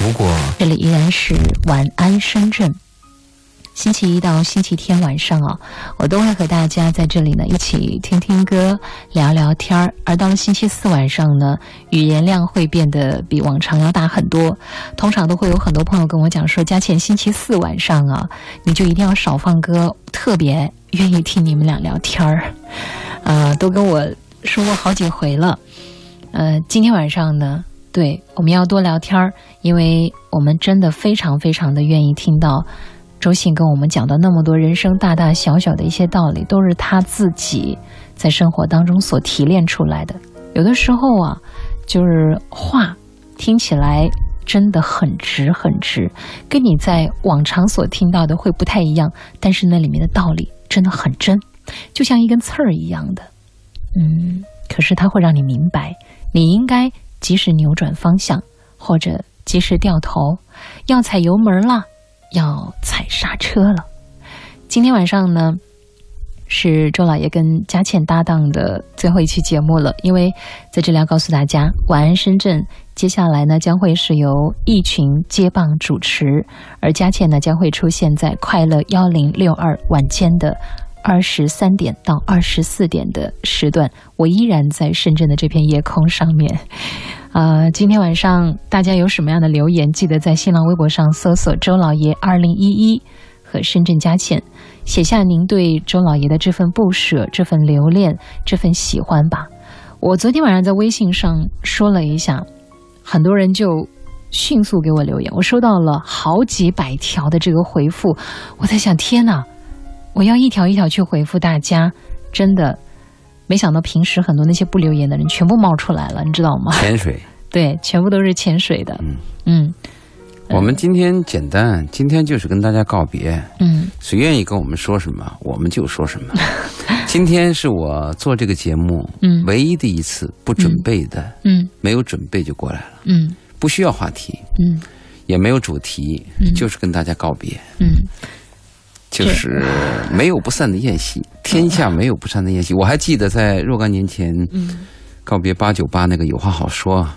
如果这里依然是晚安深圳。星期一到星期天晚上啊，我都会和大家在这里呢一起听听歌、聊聊天儿。而到了星期四晚上呢，语言量会变得比往常要大很多。通常都会有很多朋友跟我讲说，佳倩星期四晚上啊，你就一定要少放歌，特别愿意听你们俩聊天儿。 呃，都跟我说过好几回了。呃，今天晚上呢，对，我们要多聊天儿，因为我们真的非常非常的愿意听到。周信跟我们讲的那么多人生大大小小的一些道理，都是他自己在生活当中所提炼出来的。有的时候啊，就是话听起来真的很直很直，跟你在往常所听到的会不太一样，但是那里面的道理真的很真，就像一根刺儿一样的。嗯，可是它会让你明白，你应该及时扭转方向，或者及时掉头，要踩油门啦。要踩刹车了。今天晚上呢，是周老爷跟佳倩搭档的最后一期节目了。因为在这里要告诉大家，晚安深圳接下来呢将会是由一群接棒主持，而佳倩呢将会出现在快乐幺零六二晚间的。二十三点到二十四点的时段，我依然在深圳的这片夜空上面。呃，今天晚上大家有什么样的留言，记得在新浪微博上搜索“周老爷二零一一”和“深圳佳倩”，写下您对周老爷的这份不舍、这份留恋、这份喜欢吧。我昨天晚上在微信上说了一下，很多人就。迅速给我留言，我收到了好几百条的这个回复，我在想，天哪！我要一条一条去回复大家，真的没想到平时很多那些不留言的人全部冒出来了，你知道吗？潜水，对，全部都是潜水的。嗯嗯我们今天简单，今天就是跟大家告别，嗯谁愿意跟我们说什么，我们就说什 么。今天是我做这个节目嗯唯一的一次不准备的，嗯没有准备就过来了，嗯不需要话题，嗯也没有主题，就是跟大家告别。嗯，就是没有不散的宴嗯席，天下没有不散的宴席。我还记得在若干年前，告别八九八那个有话好说啊，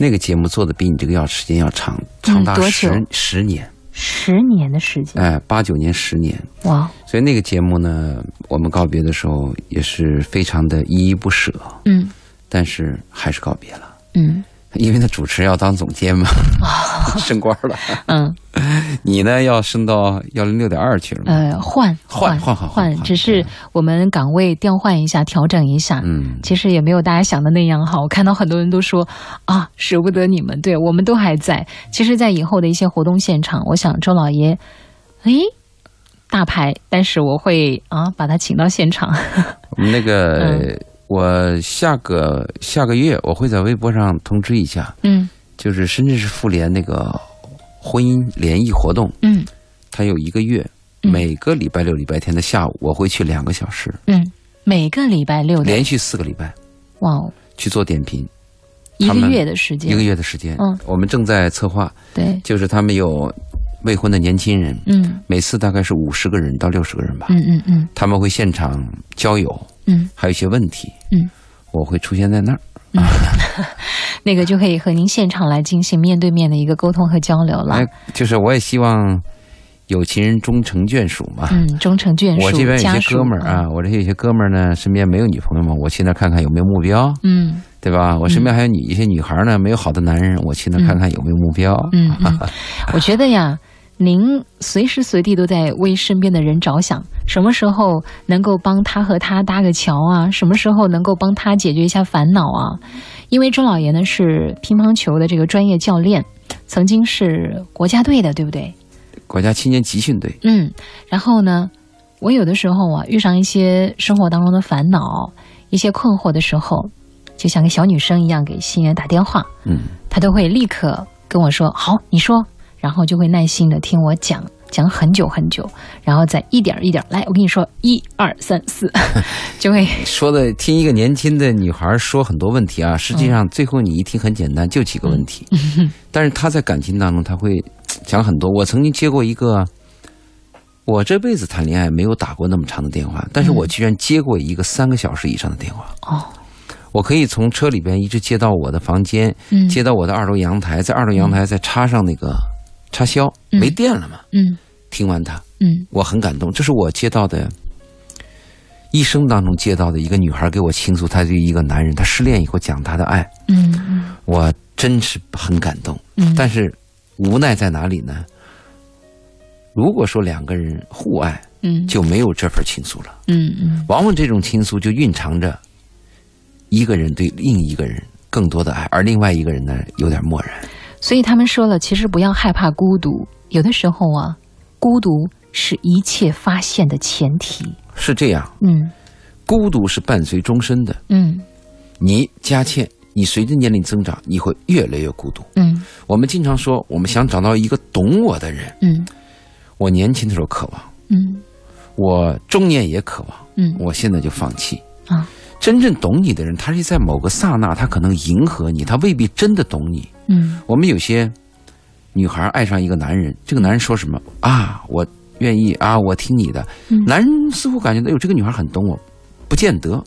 那个节目做的比你这个要时间要长，长达嗯多久十、十年，十年的时间，哎，八九年十年。哇，所以那个节目呢，我们告别的时候也是非常的依依不舍，嗯但是还是告别了，嗯因为那主持要当总监嘛，哦 升官 了。嗯你呢要升到幺零六点二去了嘛，呃，换换换换换换换只是我们岗位调换一下，调整一下。嗯，其实也没有大家想的那样好。我看到很多人都说啊，舍不得你们，对我们都还在。其实，在以后的一些活动现场，我想周老爷，诶，大牌，但是我会啊把他请到现场。我嗯们那个、嗯我下个下个月我会在微博上通知一下，嗯就是深圳市妇联那个婚姻联谊活动，嗯它有一个月，嗯每个礼拜六、礼拜天的下午我会去两个小时，嗯，每个礼拜六的连续四个礼拜哇哦，去做点评，一他个们月的时间，一个月的时间。嗯我们正在策划，对，就是他们有未婚的年轻人，嗯每次大概是五十个人到六十个人吧，嗯嗯嗯他们会现场交友，嗯，还有一些问题，嗯，我会出现在那儿。那个就可以和您现场来进行面对面的一个沟通和交流了哎。，就是我也希望有情人终成眷属嘛。嗯，终成眷属，我这边有家些属嗯哥们儿，啊，我这有些哥们儿呢，身边没有女朋友嘛，我去那儿看看有没有目标，嗯对吧？我身边还有女一些女孩呢，没有好的男人，我去那儿看看有没有目标。嗯， 嗯，我觉得呀，您随时随地都在为身边的人着想，什么时候能够帮他和他搭个桥啊？什么时候能够帮他解决一下烦恼啊？因为周老爷呢是乒乓球的这个专业教练，曾经是国家队的，对不对？国家青年集训队，嗯，然后呢，我有的时候啊，遇上一些生活当中的烦恼、一些困惑的时候，就像个小女生一样给新人打电话，嗯，他都会立刻跟我说：“好，你说。”然后就会耐心的听我讲，讲很久很久，然后再一点儿一点儿来。我跟你说，一二三四， 就会说的听一个年轻的女孩说很多问题嗯啊，实际上最后你一听很简单，就几个问题，但是她在感情当中她会讲很多。我曾经接过一个，我这辈子谈嗯恋爱没有打过那么长的电话，但是我居然接过一个三个小时以上的电话。哦，我可以从车里边一直接到我的房间，嗯接到我的二楼阳台，在二楼阳台再插上那个插销，嗯没电了嘛，嗯听完它，嗯我很感动，这是我接到的。一生当中接到的一个女孩给我倾诉，她对一个男人，她失恋以后讲她的爱，嗯嗯我真是很感动。嗯，但是无奈在哪里呢？如果说两个人互爱，嗯就没有这份情愫了。嗯嗯往往这种情愫就蕴藏着一个人对另一个人更多的爱，而另外一个人呢，有点漠然。所以他们说了，其实不要害怕孤独，有的时候啊，孤独是一切发现的前提。是这样，嗯孤独是伴随终身的。嗯你佳倩，你随着年龄增长，你会越来越孤独。嗯我们经常说，我们想找到一个懂我的人。嗯我年轻的时候渴望，嗯我中年也渴望，嗯我现在就放弃。啊真正懂你的人，他是在某个刹那，他可能迎合你，他未必真的懂你。嗯我们有些女孩爱上一个男人，这个男人说什么啊，我愿意啊，我听你的嗯，男人似乎感觉到，哟，这个女孩很懂我，不见得。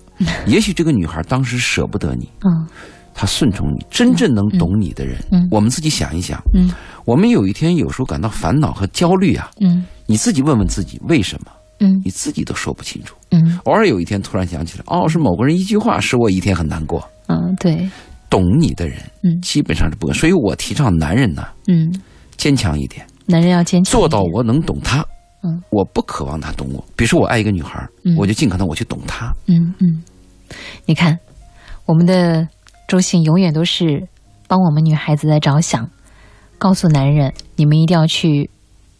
也许这个女孩当时舍不得你，嗯她顺从你。真正能懂你的人，嗯我们自己想一想，嗯我们有一天有时候感到烦恼和焦虑啊，嗯你自己问问自己为什么，嗯你自己都说不清楚。嗯偶尔有一天突然想起来，哦，是某个人一句话使我一天很难过。嗯，对，懂你的人，嗯基本上是不可。所以我提倡男人呢、嗯，坚强一点，男人要坚强，做到，我能懂他。嗯，我不渴望他懂我。比如说，我爱一个女孩儿，嗯我就尽可能我去懂她。嗯嗯，你看，我们的周信永远都是帮我们女孩子在着想，告诉男人你们一定要去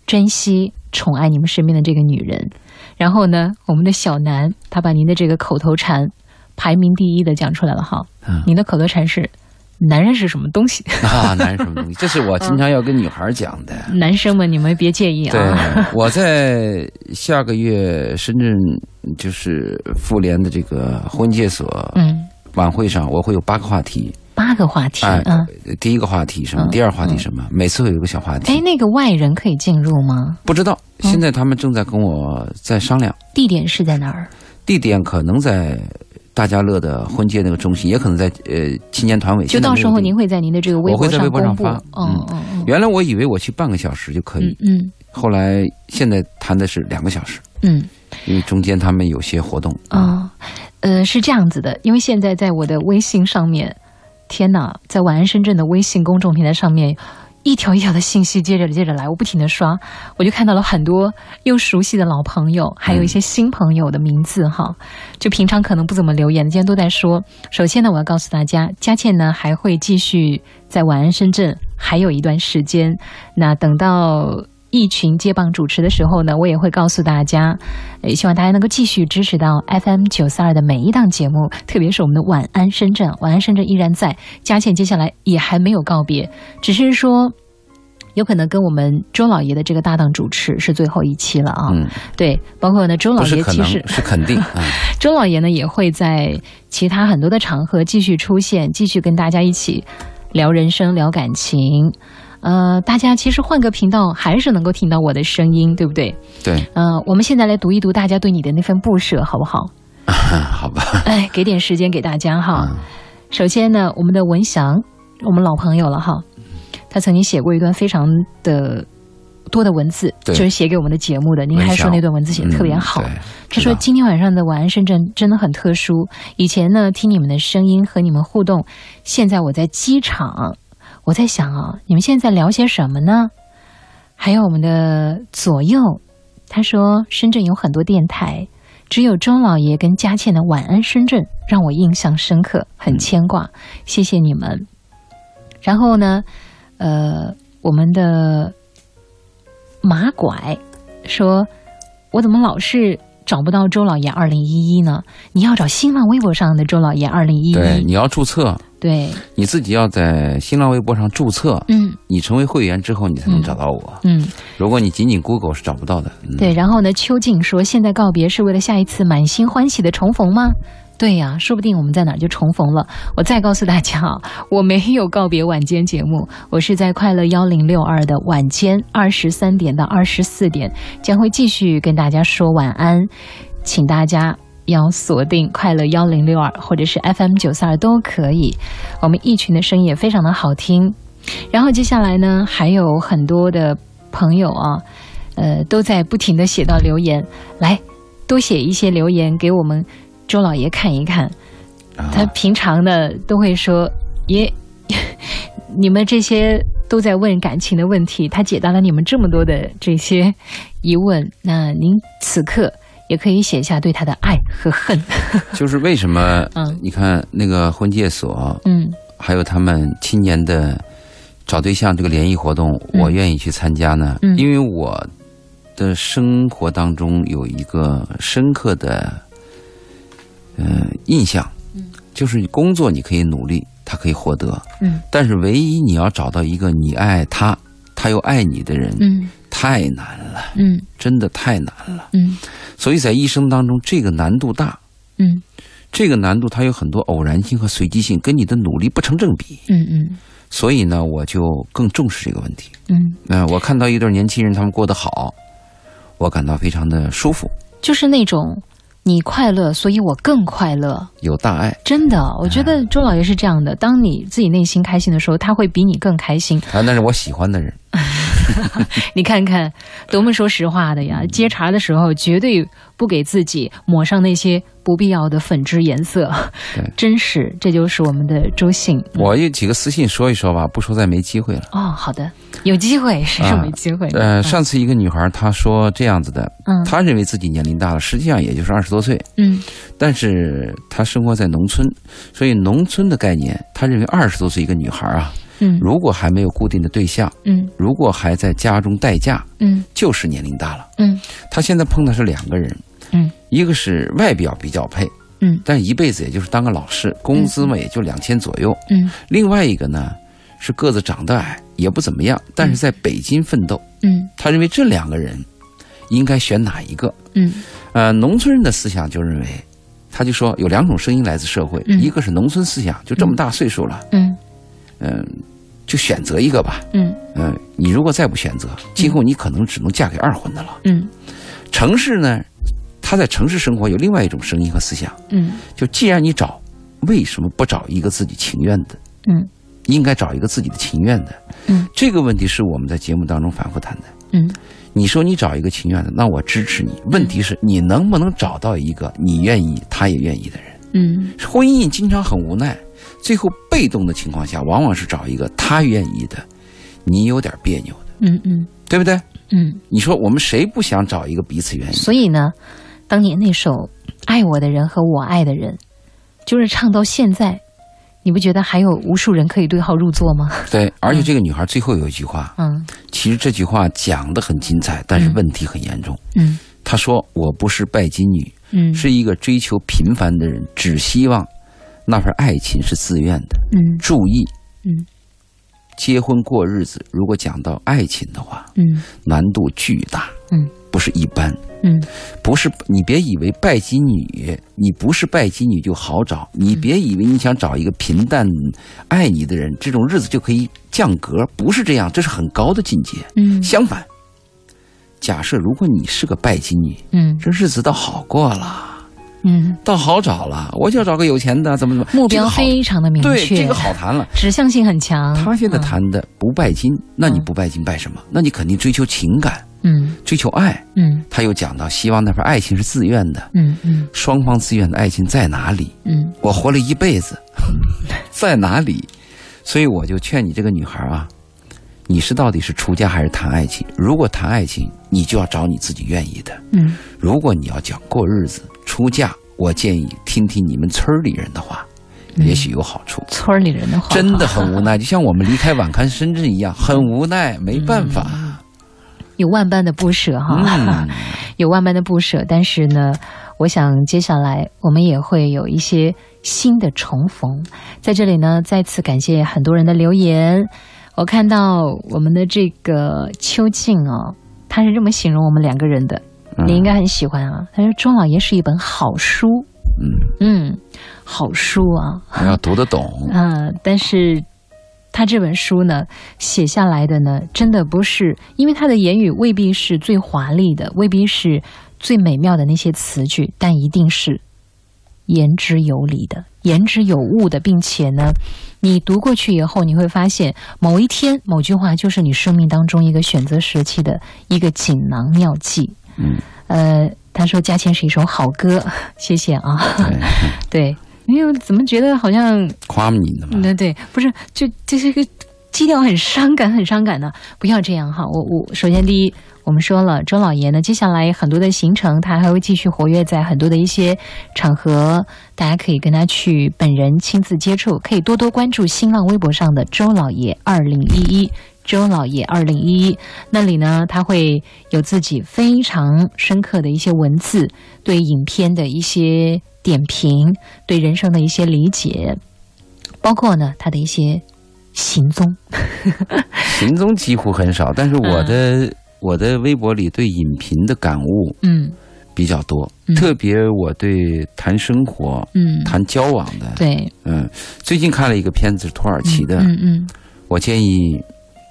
珍惜、宠爱你们身边的这个女人。然后呢，我们的小南他把您的这个口头禅排名第一的讲出来了哈，嗯您的口头禅是“男人是什么东西 啊，男人什么东西？这是我经常要跟女孩儿讲的。”，男生们你们别介意对 啊。，我在下个月深圳就是妇联的这个婚介所嗯，晚会上，我会有八个话题。八个话题，哎嗯，第一个话题什么？嗯第二话题什么？每次会有一个小话哎，题。那个外人可以进入吗？不知道，嗯现在他们正在跟我在商量。地点是在哪儿？地点可能在大家乐的婚介那个中心，也可能在呃青年团委。就到时候您会。会在您的这个我会博在微博公上布，发嗯嗯嗯，原来我以为我去半个小时就可以，嗯嗯后来现在谈的是两个小时，嗯因为中间他们有些活动。啊，呃，是这样子的，因为现在在我的微信上面，天哪，在晚安深圳的微信公众平台上面。一条一条的信息接着接着来，我不停的刷，我就看到了很多又熟悉的老朋友，还有一嗯些新朋友的名字哈。就平常可能不怎么留言，今天都在说。首先呢，我要告诉大家，佳倩呢还会继续在晚安深圳还有一段时间。那等到一群接棒主持的时候呢，我也会告诉大家，也希望大家能够继续支持到 FM 九四二的每一档节目，特别是我们的晚安深圳，晚安深圳依然在。佳倩接下来也还没有告别，只是说。有可能跟我们周老爷的这个搭档主持是最后一期了啊，嗯，对，包括呢周老不是爷可其能实，是肯 定。嗯，周老爷呢也会在其他很多的场合继续出现，继续跟大家一起聊人生、聊感情。呃，大家其实换个频道还是能够听到我的声音，对不对？对， 呃，我们现在来读一读大家对你的那份不舍，好不好？嗯好吧。哎，给点时间给大家哈。嗯首先呢，我们的文祥，我们老朋友了哈，他曾经写过一段非常的多的文字，就对是写给我们的节目的。您还文祥说那段文字写的特别嗯好。对他说知道今天晚上的晚安深圳真的很特殊。以前呢，听你们的声音和你们互动，现在我在机场，我在想啊，你们现在聊些什么呢？还有我们的左右，他说深圳有很多电台，只有周老爷跟佳倩的晚安深圳让我印象深刻，很牵挂，谢谢你们。然后呢，呃，我们的马拐说。我怎么老是找不到周老爷二零一一呢？你要找新浪微博上的周老爷二零一对，一，你要注册，对，你自己要在新浪微博上注册，嗯你成为会员之后，你才能找到我。嗯，如果你仅仅 Google 是找不到的。嗯、对。然后呢，邱静说，现在告别是为了下一次满心欢喜的重逢吗？对呀、说不定我们在哪儿就重逢了。我再告诉大家啊， 我没有告别晚间节目，我是在快乐幺零六二的晚间二十三点到二十四点，将会继续跟大家说晚安，请大家要锁定快乐幺零六二或者是 FM 九四二都可以。我们一群的声音也非常的好听。然后接下来呢，还有很多的朋友啊，呃，都在不停的写到留言，来多写一些留言给我们周老爷看一看。他啊，平常呢都会说，爷，你们这些都在问感情的问题，他解答了你们这么多的这些疑问，那您此刻也可以写下对他的爱和恨。就是为什么嗯？你看那个婚介所，嗯还有他们今年的找对象这个联谊活动，嗯我愿意去参加呢？嗯因为我的生活当中有一个深刻的呃印象，就是你工作你可以努力，他可以获得，嗯但是唯一你要找到一个你爱他，他又爱你的人，嗯太难了，嗯真的太难了。嗯所以在一生当中，这个难度大。嗯这个难度它有很多偶然性和随机性，跟你的努力不成正比。嗯嗯所以呢，我就更重视这个问题。嗯，嗯、我看到一对年轻人他们过得好，我感到非常的舒服，就是那种你快乐，所以我更快乐。有大爱。真的，嗯我觉得周老爷是这样的。当你自己内心开心的时候，他会比你更 开心。啊，那是我喜欢的人。你看看，多么说实话的呀！嗯接茬的时候，绝对不给自己抹上那些不必要的粉脂颜色对， 真实，这就是我们的周信。嗯我有几个私信说一说吧，不说再没机会了。哦，好的，有机会，谁说没机会呢？呃，上次一个女孩她说这样子的，哎嗯她认为自己年龄大了，实际上也就是二十多岁，嗯但是她生活在农村，所以农村的概念，她认为二十多岁一个女孩啊，嗯如果还没有固定的对象，嗯如果还在家中待嫁，嗯就是年龄大了。嗯她现在碰到是两个人，嗯，一个是外表比较配，嗯但一辈子也就是当个老师，工资嘛也就两千左右。嗯另外一个呢是个子长得矮，也不怎么样，但是在北京奋斗。嗯他认为这两个人应该选哪一个？嗯呃，农村人的思想就认为，他就说有两种声音来自社会，嗯一个是农村思想，就这么大岁数了，嗯嗯、就选择一个吧。嗯嗯、你如果再不选择，今后你可能只能嫁给二婚的了。嗯城市呢，他在城市生活有另外一种声音和思想，嗯就既然你找，为什么不找一个自己情愿的？嗯应该找一个自己的情愿的。嗯，这个问题是我们在节目当中反复谈的。嗯你说你找一个情愿的，那我支持你。问题是你能不能找到一个你愿意、他也愿意的人？嗯婚姻经常很无奈，最后被动的情况下，往往是找一个他愿意的，你有点别扭的，嗯嗯对不对？嗯，你说我们谁不想找一个彼此愿意？所以呢，当年那首《爱我的人和我爱的人》，就是唱到现在，你不觉得还有无数人可以对号入座 吗？对，而且这个女孩最后有一句话，嗯其实这句话讲的很精彩，但是问题很严重。嗯她说：“我不是拜金女，嗯是一个追求平凡的人，只希望那份爱情是自愿的。嗯注意，嗯，结婚过日子，如果讲到爱情的话，嗯难度巨大，嗯，不是一般，嗯不是你别以为拜金女，你不是拜金女就好找，你别以为你想找一个平淡爱你的人，这种日子就可以降格，不是这样，这是很高的境界。嗯相反，假设如果你是个拜金女，嗯这日子倒好过了。嗯，倒好找了，我就要找个有钱的，怎么怎么，目这标个好非常的明对，确，嗯这个好谈了。指向性很强。他现在谈的不拜金，那你不拜金拜什么？那你肯定追求情感，嗯追求爱。嗯他又讲到，希望那份爱情是自愿的，嗯嗯双方自愿的爱情在哪里？嗯我活了一辈 子，在哪里？所以我就劝你这个女孩啊，你是到底是出家还是谈爱情？如果谈爱情，你就要找你自己愿意的；嗯如果你要讲过日子、出嫁，我建议听听你们村儿里人的话，嗯也许有好处。村儿里人的话，真的很无奈，就像我们离开晚康深圳一嗯样，很无奈，没办法。有万般的不舍哈。嗯， 有万般的不舍，但是呢，我想接下来我们也会有一些新的重逢。在这里呢，再次感谢很多人的留言。我看到我们的这个邱静哦，他是这么形容我们两个人的，嗯嗯你应该很喜欢啊。他说庄老爷是一本好书， 嗯嗯，好书啊，你要读得 懂，嗯，但是他这本书呢，写下来的呢，真的不是，因为他的言语未必是最华丽的，未必是最美妙的那些词句，但一定是言之有理的、言之有物的，并且呢，你读过去以后，你会发现某一天某句话就是你生命当中一个选择时期的一个锦囊妙计。嗯，呃，他说《加钱》是一首好歌，谢谢啊。 对，嗯对，因为我怎么觉得好像夸你呢嘛，对对，不是，就这是一个基调很伤感，很伤感的。不要这样哈，我我首先第一，我们说了，周老爷呢，接下来很多的行程，他还会继续活跃在很多的一些场合，大家可以跟他去本人亲自接触，可以多多关注新浪微博上的周老爷二零一一。周老爷二零一一那里呢，他会有自己非常深刻的一些文字，对影片的一些点评，对人生的一些理解，包括呢他的一些行踪。 行踪几乎很少，但是我的、我的微博里对饮品的感悟嗯比较多，嗯特别我对谈生活、嗯，谈交往的，对，嗯，最近看了一个片子，土耳其的，嗯嗯我建议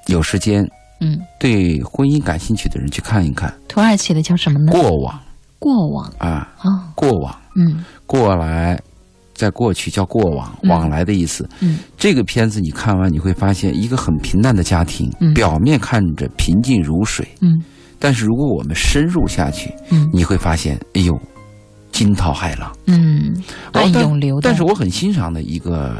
有时间嗯，对婚姻感兴趣的人去看一看土耳其的叫什么呢？过往过往啊，哦，过往嗯过来。在过去叫过往，嗯往来的意思。嗯这个片子你看完，你会发现一个很平淡的家庭，嗯表面看着平静如水，嗯但是如果我们深入下去，嗯你会发现，哎呦，惊涛骇浪，嗯，暗涌流动。但是我很欣赏的一个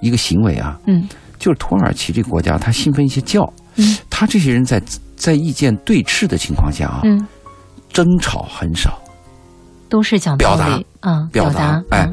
一个行为啊，嗯就是土耳其这个国家，他信奉一些教，嗯他这些人在在意见对峙的情况下啊，嗯，争吵很少。都是讲道理啊，表达达，哎，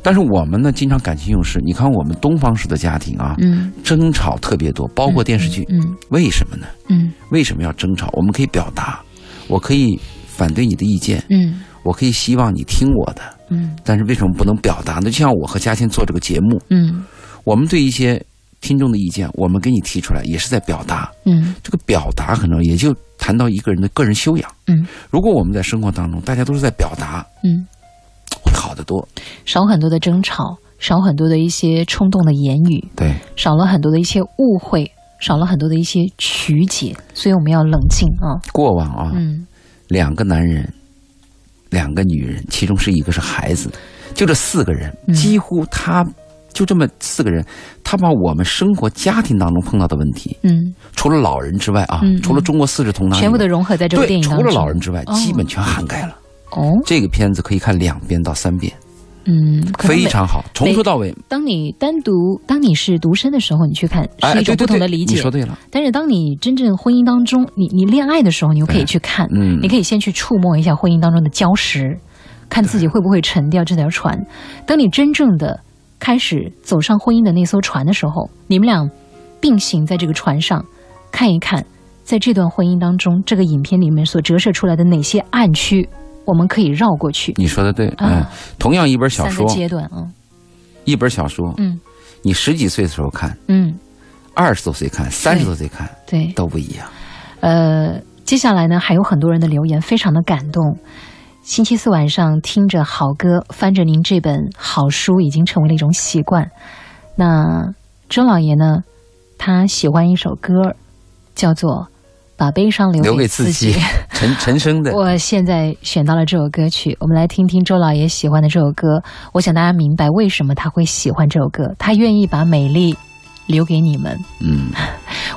但是我们呢，经常感情用事。你看我们东方式的家庭啊，嗯，争吵特别多，包括电视剧。嗯为什么呢？嗯为什么要争吵？我们可以表达，我可以反对你的意见，嗯我可以希望你听我的。嗯但是为什么不能表达呢？就像我和嘉欣做这个节目，嗯我们对一些听众的意见，我们给你提出来，也是在表达。嗯这个表达很重要，也就谈到一个人的个人修养。嗯如果我们在生活当中，大家都是在表达，嗯，会好得多。少很多的争吵，少很多的一些冲动的言语。对，少了很多的一些误会，少了很多的一些曲解，所以我们要冷静啊。过往啊，嗯两个男人，两个女人，其中是一个是孩子，就这四个人，嗯几乎他就这么四个人，他把我们生活家庭当中碰到的问题，嗯，除了老人之外啊，嗯嗯除了中国四世同堂以外，全部都融合在这个电对，影除当中。了老人之外，哦基本全涵盖了。哦，这个片子可以看两遍到三遍，嗯，可能非每。常好，从头到尾。当你单独，当你是独身的时候，你去看哎，是一对种不对同对，的理解。你说对了，但是当你真正婚姻当中，你你恋爱的时候，你又可以去看，嗯你可以先去触摸一下婚姻当中的礁石，看自己会不会沉掉这条船。当你真正的开始走上婚姻的那艘船的时候，你们俩并行在这个船上，看一看，在这段婚姻当中，这个影片里面所折射出来的哪些暗区，我们可以绕过去。你说的对。嗯啊，，同样一本小三个说，阶段啊，一本小说，嗯你十几岁的时候看，嗯，二十多岁看，三十多岁看对。都不一样。呃，接下来呢，还有很多人的留言，非常的感动。星期四晚上听着好歌，翻着您这本好书，已经成为了一种习惯。那周老爷呢，他喜欢一首歌，叫做《把悲伤留留给给自己 陈陈升的，我现在选到了这首歌曲，我们来听听周老爷喜欢的这首歌。我想大家明白为什么他会喜欢这首歌，他愿意把美丽留给你们。嗯，啊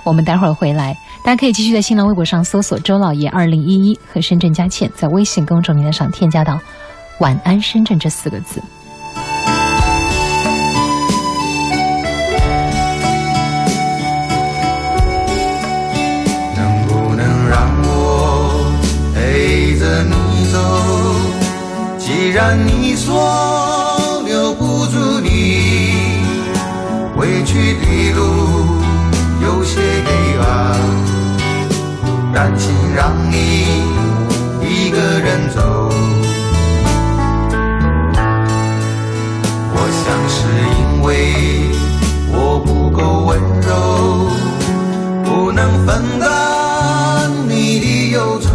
我们待会儿回来，大家可以继续在新浪微博上搜索“周老爷二零一一”和“深圳佳倩”，在微信公众平台上添加到“晚安深圳”这四个字。能不能让我陪着你走？既然你说留不住你，回去的路有些黑暗，担心让你一个人走。我想是因为我不够温柔。不能分担你的忧愁。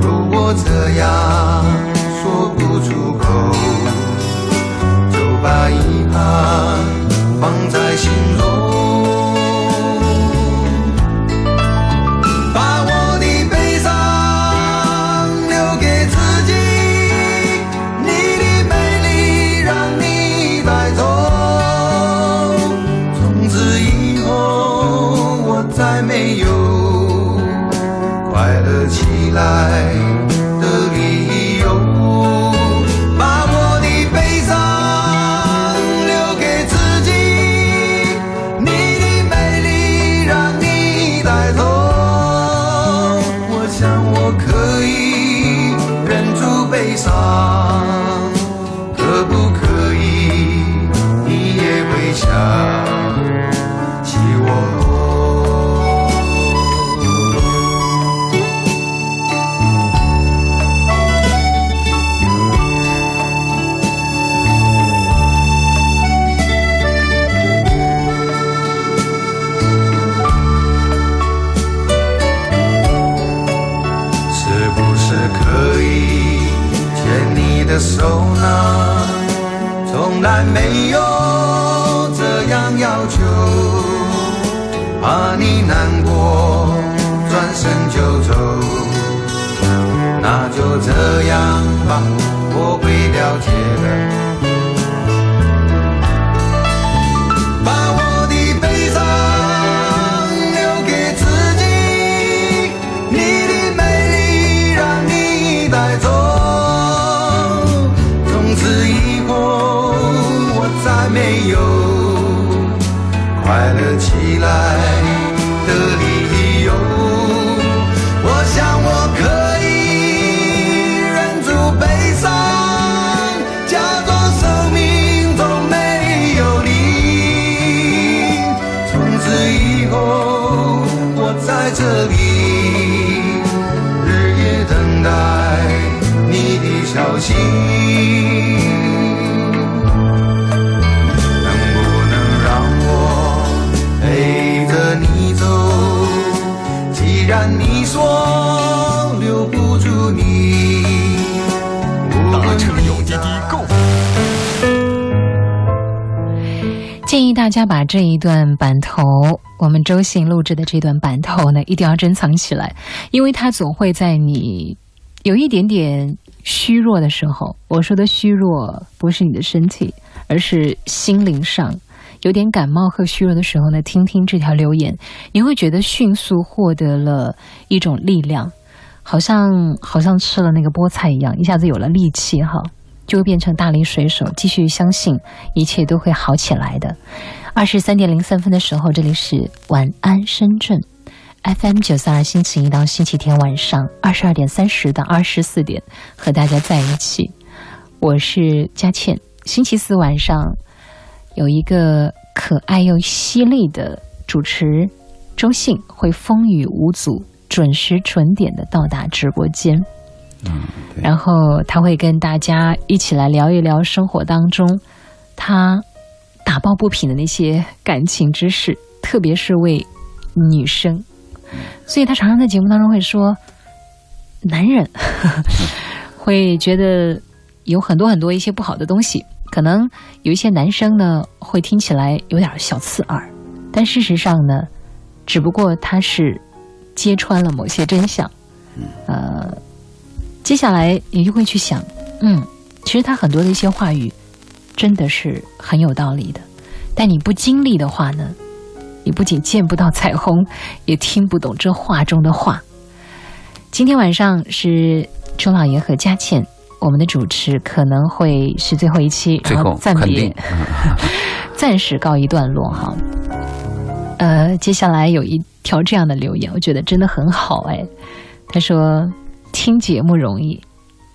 如果这样说不出口，就把遗憾放在心中，把我的悲伤留给自己，来没有快乐起来的理由。把我的悲伤留给自己，你的美丽让你带走。我想我可以忍住悲伤，可不可以你也微笑？起我。是不是可以牵你的手呢？从来没有这样要求，怕你难过，转身就走。那就这样吧，我会了解的。把我的悲伤留给自己，你的美丽让你带走。从此以后，我再没有快乐起来的理由。我想我可以忍住悲伤，假装生命中没有你。从此以后，我在这里，日夜等待你的消息。能不能让我陪着你走？既然你说留不住你，达成有滴滴购付。建议大家把这一段版头，我们周信录制的这段版头呢，一定要珍藏起来，因为它总会在你有一点点虚弱的时候，我说的虚弱不是你的身体，而是心灵上有点感冒和虚弱的时候呢，听听这条留言，你会觉得迅速获得了一种力量，好像好像吃了那个菠菜一样，一下子有了力气哈。就会变成大力水手，继续相信一切都会好起来的。二十三点零三分的时候，这里是晚安深圳，FM 九三二，星期一到星期天晚上二十二点三十到二十四点，和大家在一起。我是佳倩。星期四晚上有一个可爱又犀利的主持周信会风雨无阻、准时准点的到达直播间。对然后他会跟大家一起来聊一聊生活当中他打抱不平的那些感情之事，特别是为女生，所以他常常在节目当中会说，男人 会觉得有很多很多一些不好的东西，可能有一些男生呢会听起来有点小刺耳，但事实上呢，只不过他是揭穿了某些真相，嗯呃。接下来你就会去想，嗯，其实他很多的一些话语真的是很有道理的，但你不经历的话呢，你不仅见不到彩虹，也听不懂这话中的话。今天晚上是周老爷和佳倩，我们的主持可能会是最后一期，最然后暂肯别 定，嗯暂时告一段落哈。呃，接下来有一条这样的留言，我觉得真的很好哎。他说：“听节目容易，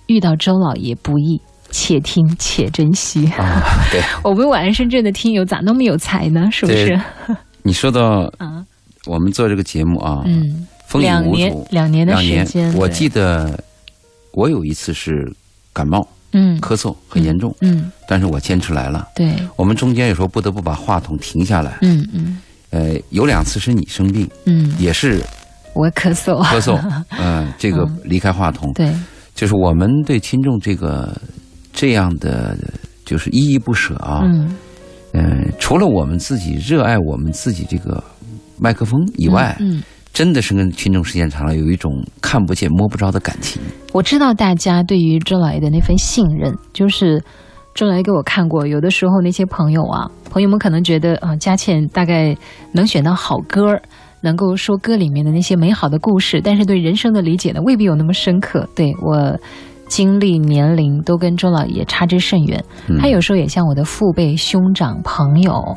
遇到周老爷不易，且听且珍惜。啊，对，我们晚安深圳的听友咋那么有才呢？是不是对？你说到啊，我们做这个节目啊，嗯，风雨两无年阻，两年的两时年间，，我对记得我有一次是感冒嗯咳嗽很严重，嗯，但是我坚持来了。对，我们中间有时候不得不把话筒停下来。嗯嗯呃，有两次是你生病，嗯，也是我咳嗽，咳 嗽，呃，这个嗯离开话筒，对，就是我们对听众这个这样的就是依依不舍啊。嗯，嗯，除了我们自己热爱我们自己这个麦克风以外，嗯，嗯真的是跟听众时间长了有一种看不见摸不着的感情。我知道大家对于周老爷的那份信任，就是周老爷给我看过，有的嗯时候那些朋友啊，朋友们可能觉得啊，佳倩大概能选到好歌儿，能够说歌里面的那些美好的故事，但是对人生的理解呢，未必有那么深刻。对我经历、年龄都跟周老爷差之甚远，他有时候也像我的父辈、兄长、朋友。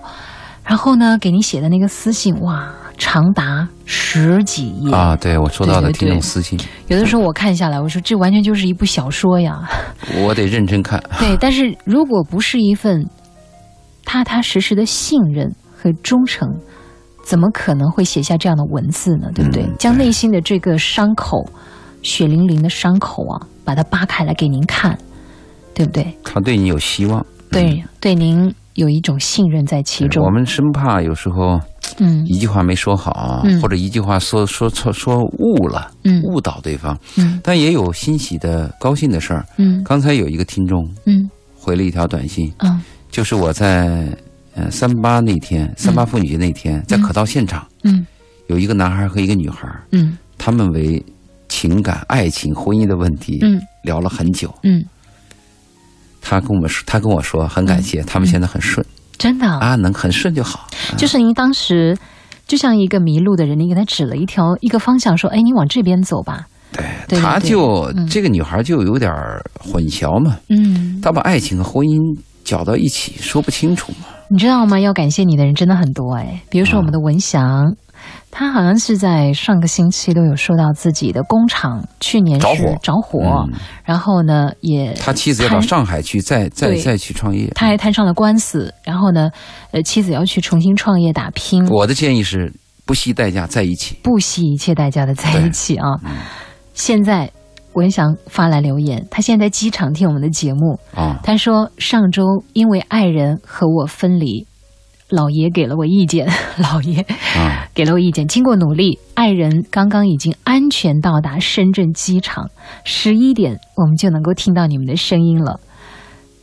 然后呢，给您写的那个私信，哇，长达十几页啊，对我收到的对对听对众私信，有的时候我看下来，我说这完全就是一部小说呀。我得认真 看。对，但是如果不是一份踏踏实实的信任和忠诚，怎么可能会写下这样的文字呢？对不对？嗯将内心的这个伤口，血淋淋的伤口啊，把它扒开来给您看，对不对？他对你有希望，嗯对，对您有一种信任在其中我。们生怕有时候嗯一句话没说好，啊嗯或者一句话说说错说误了，嗯误导对方。嗯但也有欣喜的、高兴的事儿。嗯刚才有一个听众嗯回了一条短信，嗯就是我在呃三八那天，三八妇女节那天，在可道现场嗯有一个男孩和一个女孩，嗯他们为情感、爱情、婚姻的问题嗯聊了很久。嗯，他跟我们说，他跟我说很感嗯谢，他们现在很顺真的啊啊，能很顺就好。就是您当时就像一个迷路的人，您给他指了一条一个方向，说：“哎，你往这边走吧。对，对对他对就嗯这个女孩就有点儿混淆嘛，”嗯，她把爱情和婚姻搅到一起，说不清楚嘛。你知道吗？要感谢你的人真的很多哎，比如说我们的文翔，他好像是在上个星期都有说到自己的工厂去年着是火着火，嗯然后呢也他妻子要到他上海去，再再对再去创业。他还摊上了官司，然后呢，呃妻子要去重新创业打拼，我的建议是不惜代价在一起。不惜一切代价的在一起啊。嗯现在文翔发来留言，他现在在机场听我们的节目，啊、他说上周因为爱人和我分离，老爷给了我意见， 老爷啊，给了我意见。经过努力，爱人刚刚已经安全到达深圳机场，十一点我们就能够听到你们的声音了。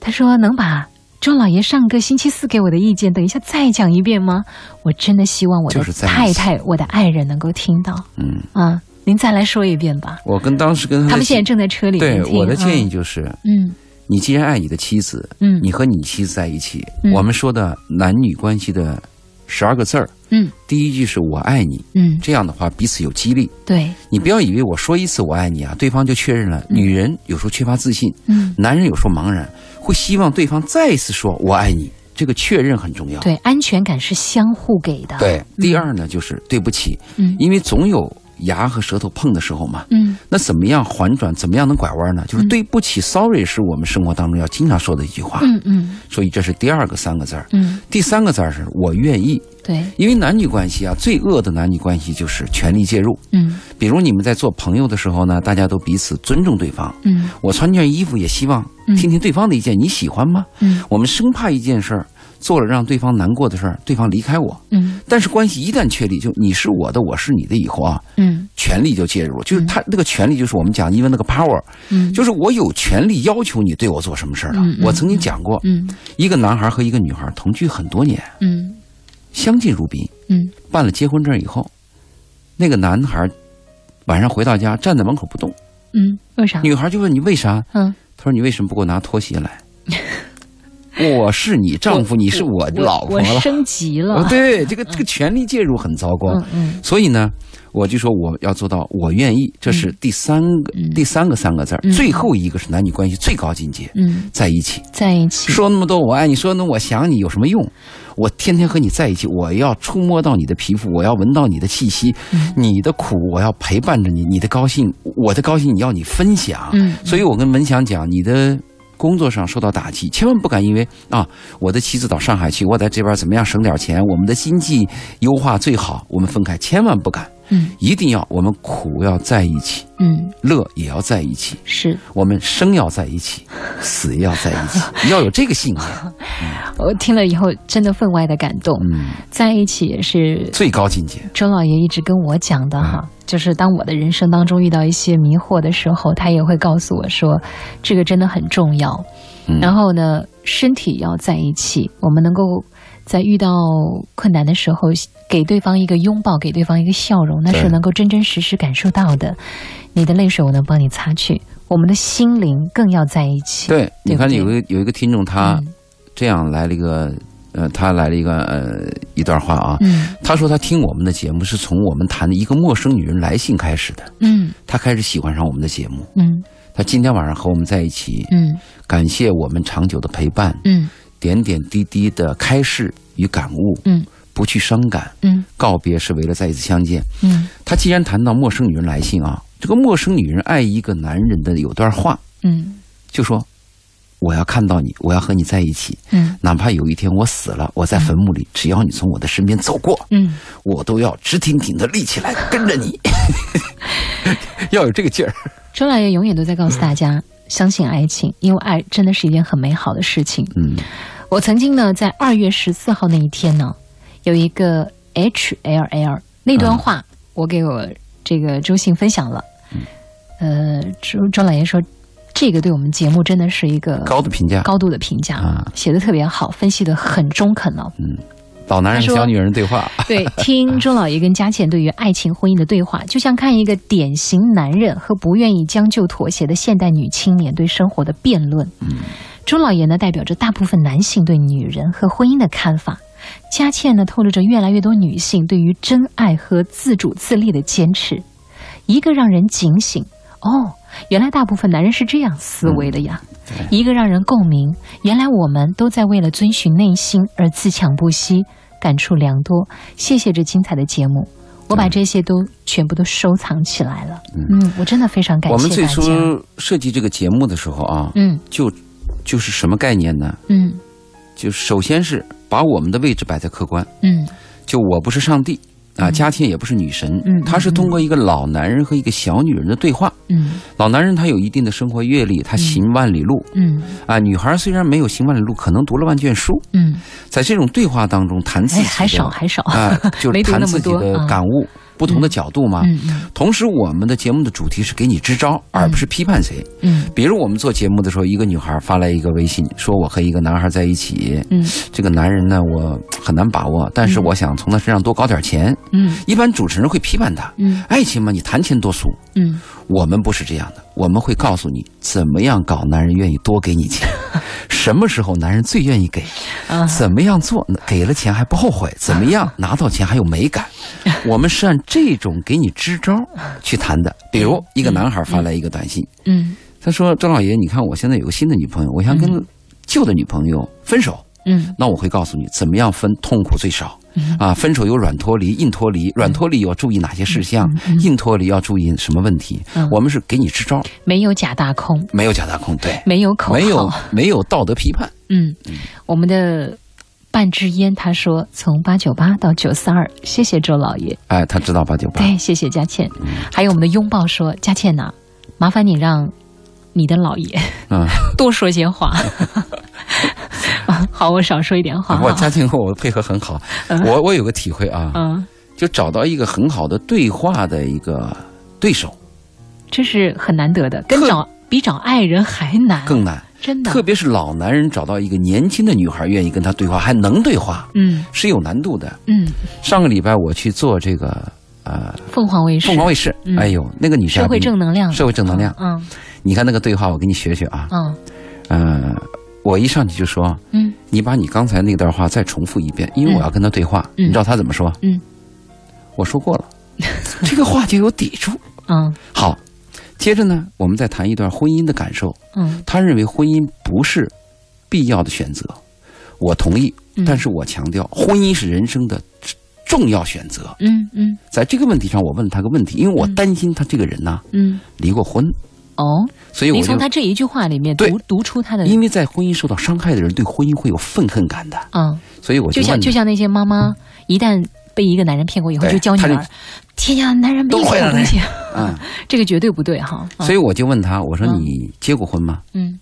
他说能把。周老爷上个星期四给我的意见，等一下再讲一遍吗？我真的希望我的就是在一太起太、我的爱人能够听到嗯，啊！您再来说一遍吧。我跟当时跟他他的们现在建正在车里面对听。我的建议啊，就是，嗯你既然爱你的妻子，嗯你和你妻子在一起，嗯我们说的男女关系的十二个字儿，嗯第一句是我爱你，嗯，这样的话彼此有激励。对，你不要以为我说一次我爱你啊，对方就确认了。女人有时候缺乏自信，嗯男人有时候茫然，会希望对方再一次说我爱你，这个确认很重要。对，啊嗯安全感是相互给的。，对，第二呢就是对不起，嗯因为总有牙和舌头碰的时候嘛。嗯那怎么样缓转？怎么样能拐弯呢？就是对不起、s o r r y 是我们生活当中要经常说的一句话。嗯嗯所以这是第二个三个字儿。嗯，第三个字儿是我愿意，对，因为男女关系啊，最恶的男女关系就是权力介入。嗯比如你们在做朋友的时候呢，大家都彼此尊重对方。嗯我穿件衣服也希望嗯听听对方的意见，你喜欢吗？嗯我们生怕一件事儿做了让对方难过的事儿，对方离开我。嗯但是关系一旦确立，就你是我的，我是你的以后啊，嗯权力就介入了，就是他那个权力，就是我们讲因为那个 power，嗯就是我有权利要求你对我做什么事儿了嗯。嗯我曾经讲过，嗯一个男孩和一个女孩同居很多年，嗯相敬如宾，嗯办了结婚证以后，那个男孩晚上回到家站在门口不动，嗯，为啥？女孩就问你为啥？嗯，他说你为什么不给我拿拖鞋 来？我是你丈夫，你是我老婆我了。升级哦了。，对，这个这个权力介入很糟糕。嗯嗯所以呢，我就说我要做到我愿意，这是第三个、嗯第三个三个字儿，嗯最后一个是男女关系最高境界，嗯，在一起。在一起。说那么多我爱你，说那么多我想你有什么用？我天天和你在一起，我要触摸到你的皮肤，我要闻到你的气息，嗯你的苦我要陪伴着你，你的高兴我的高兴你要你分享。嗯嗯所以我跟文祥讲，你的工作上受到打击，千万不敢因为啊，我的妻子到上海去，我在这边怎么样省点钱，我们的经济优化最好，我们分开，千万不敢，嗯一定要我们苦要在一起，嗯，乐也要在一起。是。我们生要在一起，死也要在一 起，要有这个信念。我听了以后真的分外的感动。嗯，在一起也是最高境界。周老爷一直跟我讲的哈，就是当我的人生当中遇到一些迷惑的时候，他也会告诉我说，这个真的很重要。嗯然后呢，身体要在一起，我们能够在遇到困难的时候给对方一个拥抱，给对方一个笑容，那是对能够真真实实感受到的。你的泪水我能帮你擦去，我们的心灵更要在一起。对，你看对有一个有一个听众，他嗯这样来了一个呃，他来了一个呃一段话啊，嗯他说他听我们的节目是从我们谈的一个陌生女人来信开始的，嗯他开始喜欢上我们的节目，嗯他今天晚上和我们在一起，嗯感谢我们长久的陪伴，嗯点点滴滴的开示与感悟，嗯不去伤感，嗯告别是为了再一次相见。嗯他既然谈到陌生女人来信啊，这个陌生女人爱一个男人的有段话，嗯就说我要看到你，我要和你在一起，嗯哪怕有一天我死了，我在坟墓里，只要你从我的身边走过，嗯，我都要直挺挺的立起来跟着你， 要有这个劲儿。周老爷永远都在告诉大家，相信爱情，因为爱真的是一件很美好的事情。嗯我曾经呢，在二月十四号那一天呢，有一个 H L L 那段嗯话，我给我这个周信分享了。呃，周周老爷说，这个对我们节目真的是一个高的评价，高度的评价，啊嗯写的特别好，分析的很中肯了。老男人他和说小女人对话，对，听周老爷跟佳倩对于爱情、婚姻的对话，就像看一个典型男人和不愿意将就妥协的现代女青年对生活的辩论。周老爷呢，代表着大部分男性对女人和婚姻的看法；佳倩呢，透露着越来越多女性对于真爱和自主自立的坚持。一个让人警醒，哦，原来大部分男人是这样思维的呀。嗯一个让人共鸣，原来我们都在为了遵循内心而自强不息，感触良多。谢谢这精彩的节目，嗯我把这些都全部都收藏起来了。嗯，我真的非常感我们谢最大家。初设计这个节目的时候啊，嗯就就是什么概念呢？嗯就首先是把我们的位置摆在客观，嗯就我不是上帝啊，佳倩也不是女神嗯，她是通过一个老男人和一个小女人的对话。嗯老男人他有一定的生活阅历，他行万里路嗯啊，女孩虽然没有行万里路，可能读了万卷书，嗯，在这种对话当中谈自哎，己的还少还少。啊， 就没是读那谈么自己多的啊感悟，不同的角度嘛。嗯 嗯同时，我们的节目的主题是给你支招，而不是批判谁。嗯比如我们做节目的时候，一个女孩发来一个微信，说我和一个男孩在一起，嗯这个男人呢我很难把握，但是我想从他身上多搞点钱。嗯一般主持人会批判他，嗯爱情嘛，你谈钱多俗。嗯我们不是这样的，我们会告诉你怎么样搞男人愿意多给你钱，什么时候男人最愿意给，啊怎么样做给了钱还不后悔，怎么样拿到钱还有美感。我们是按这种给你支招去谈的。比如一个男孩发来一个短信，嗯他说：“张老爷，你看我现在有个新的女朋友，我想跟旧的女朋友分手。嗯那我会告诉你怎么样分痛苦最少。啊，分手有软脱离、硬脱嗯离，软脱离要注意哪些事项，硬脱离要注意什么问题。嗯我们是给你支招，没有假大空，没有假大空，对，没有口号，没有没有道德批判。嗯，我们的半支烟，他说从八九八到九四二，谢谢周老爷，哎，他知道八九八，对，谢谢佳倩，嗯还有我们的拥抱说，佳倩呐、麻烦你让你的老爷 嗯，多说些话。 啊好，我少说一点话我哈。家庭和我配合很好，我我有个体会啊，嗯，就找到一个很好的对话的一个对手这是很难得的，跟找比找爱人还难，更难。嗯真的特。别是老男人找到一个年轻的女孩愿意跟他对话，还能对话，嗯是有难度的。嗯，上个礼拜我去做这个呃凤凰卫视凤凰卫视，嗯哎呦，那个女社嘉会宾，正能量，社会正能量，嗯你看那个对话，我给你学学啊。嗯呃，我一上去就说，嗯你把你刚才那段话再重复一遍，因为我要跟他对话。嗯你知道他怎么说？嗯，我说过了， 这个话就有抵触。嗯好，接着呢，我们再谈一段婚姻的感受。嗯他认为婚姻不是必要的选择，我同意，嗯但是我强调，婚姻是人生的重要选择。嗯嗯在这个问题上，我问了他个问题，因为我担心他这个人呢、嗯，离过婚，哦，所以我您就从他这一句话里面对读读出他的，因为在婚姻受到伤害的人对婚姻会有愤恨感的，嗯，所以我就像问嗯就像那些妈妈，一旦被一个男人骗过以后，对就教女她就儿，天下男人没都有会好了东 西，啊、这个绝对不对哈。所以以我就问他，我说嗯你结过婚吗？嗯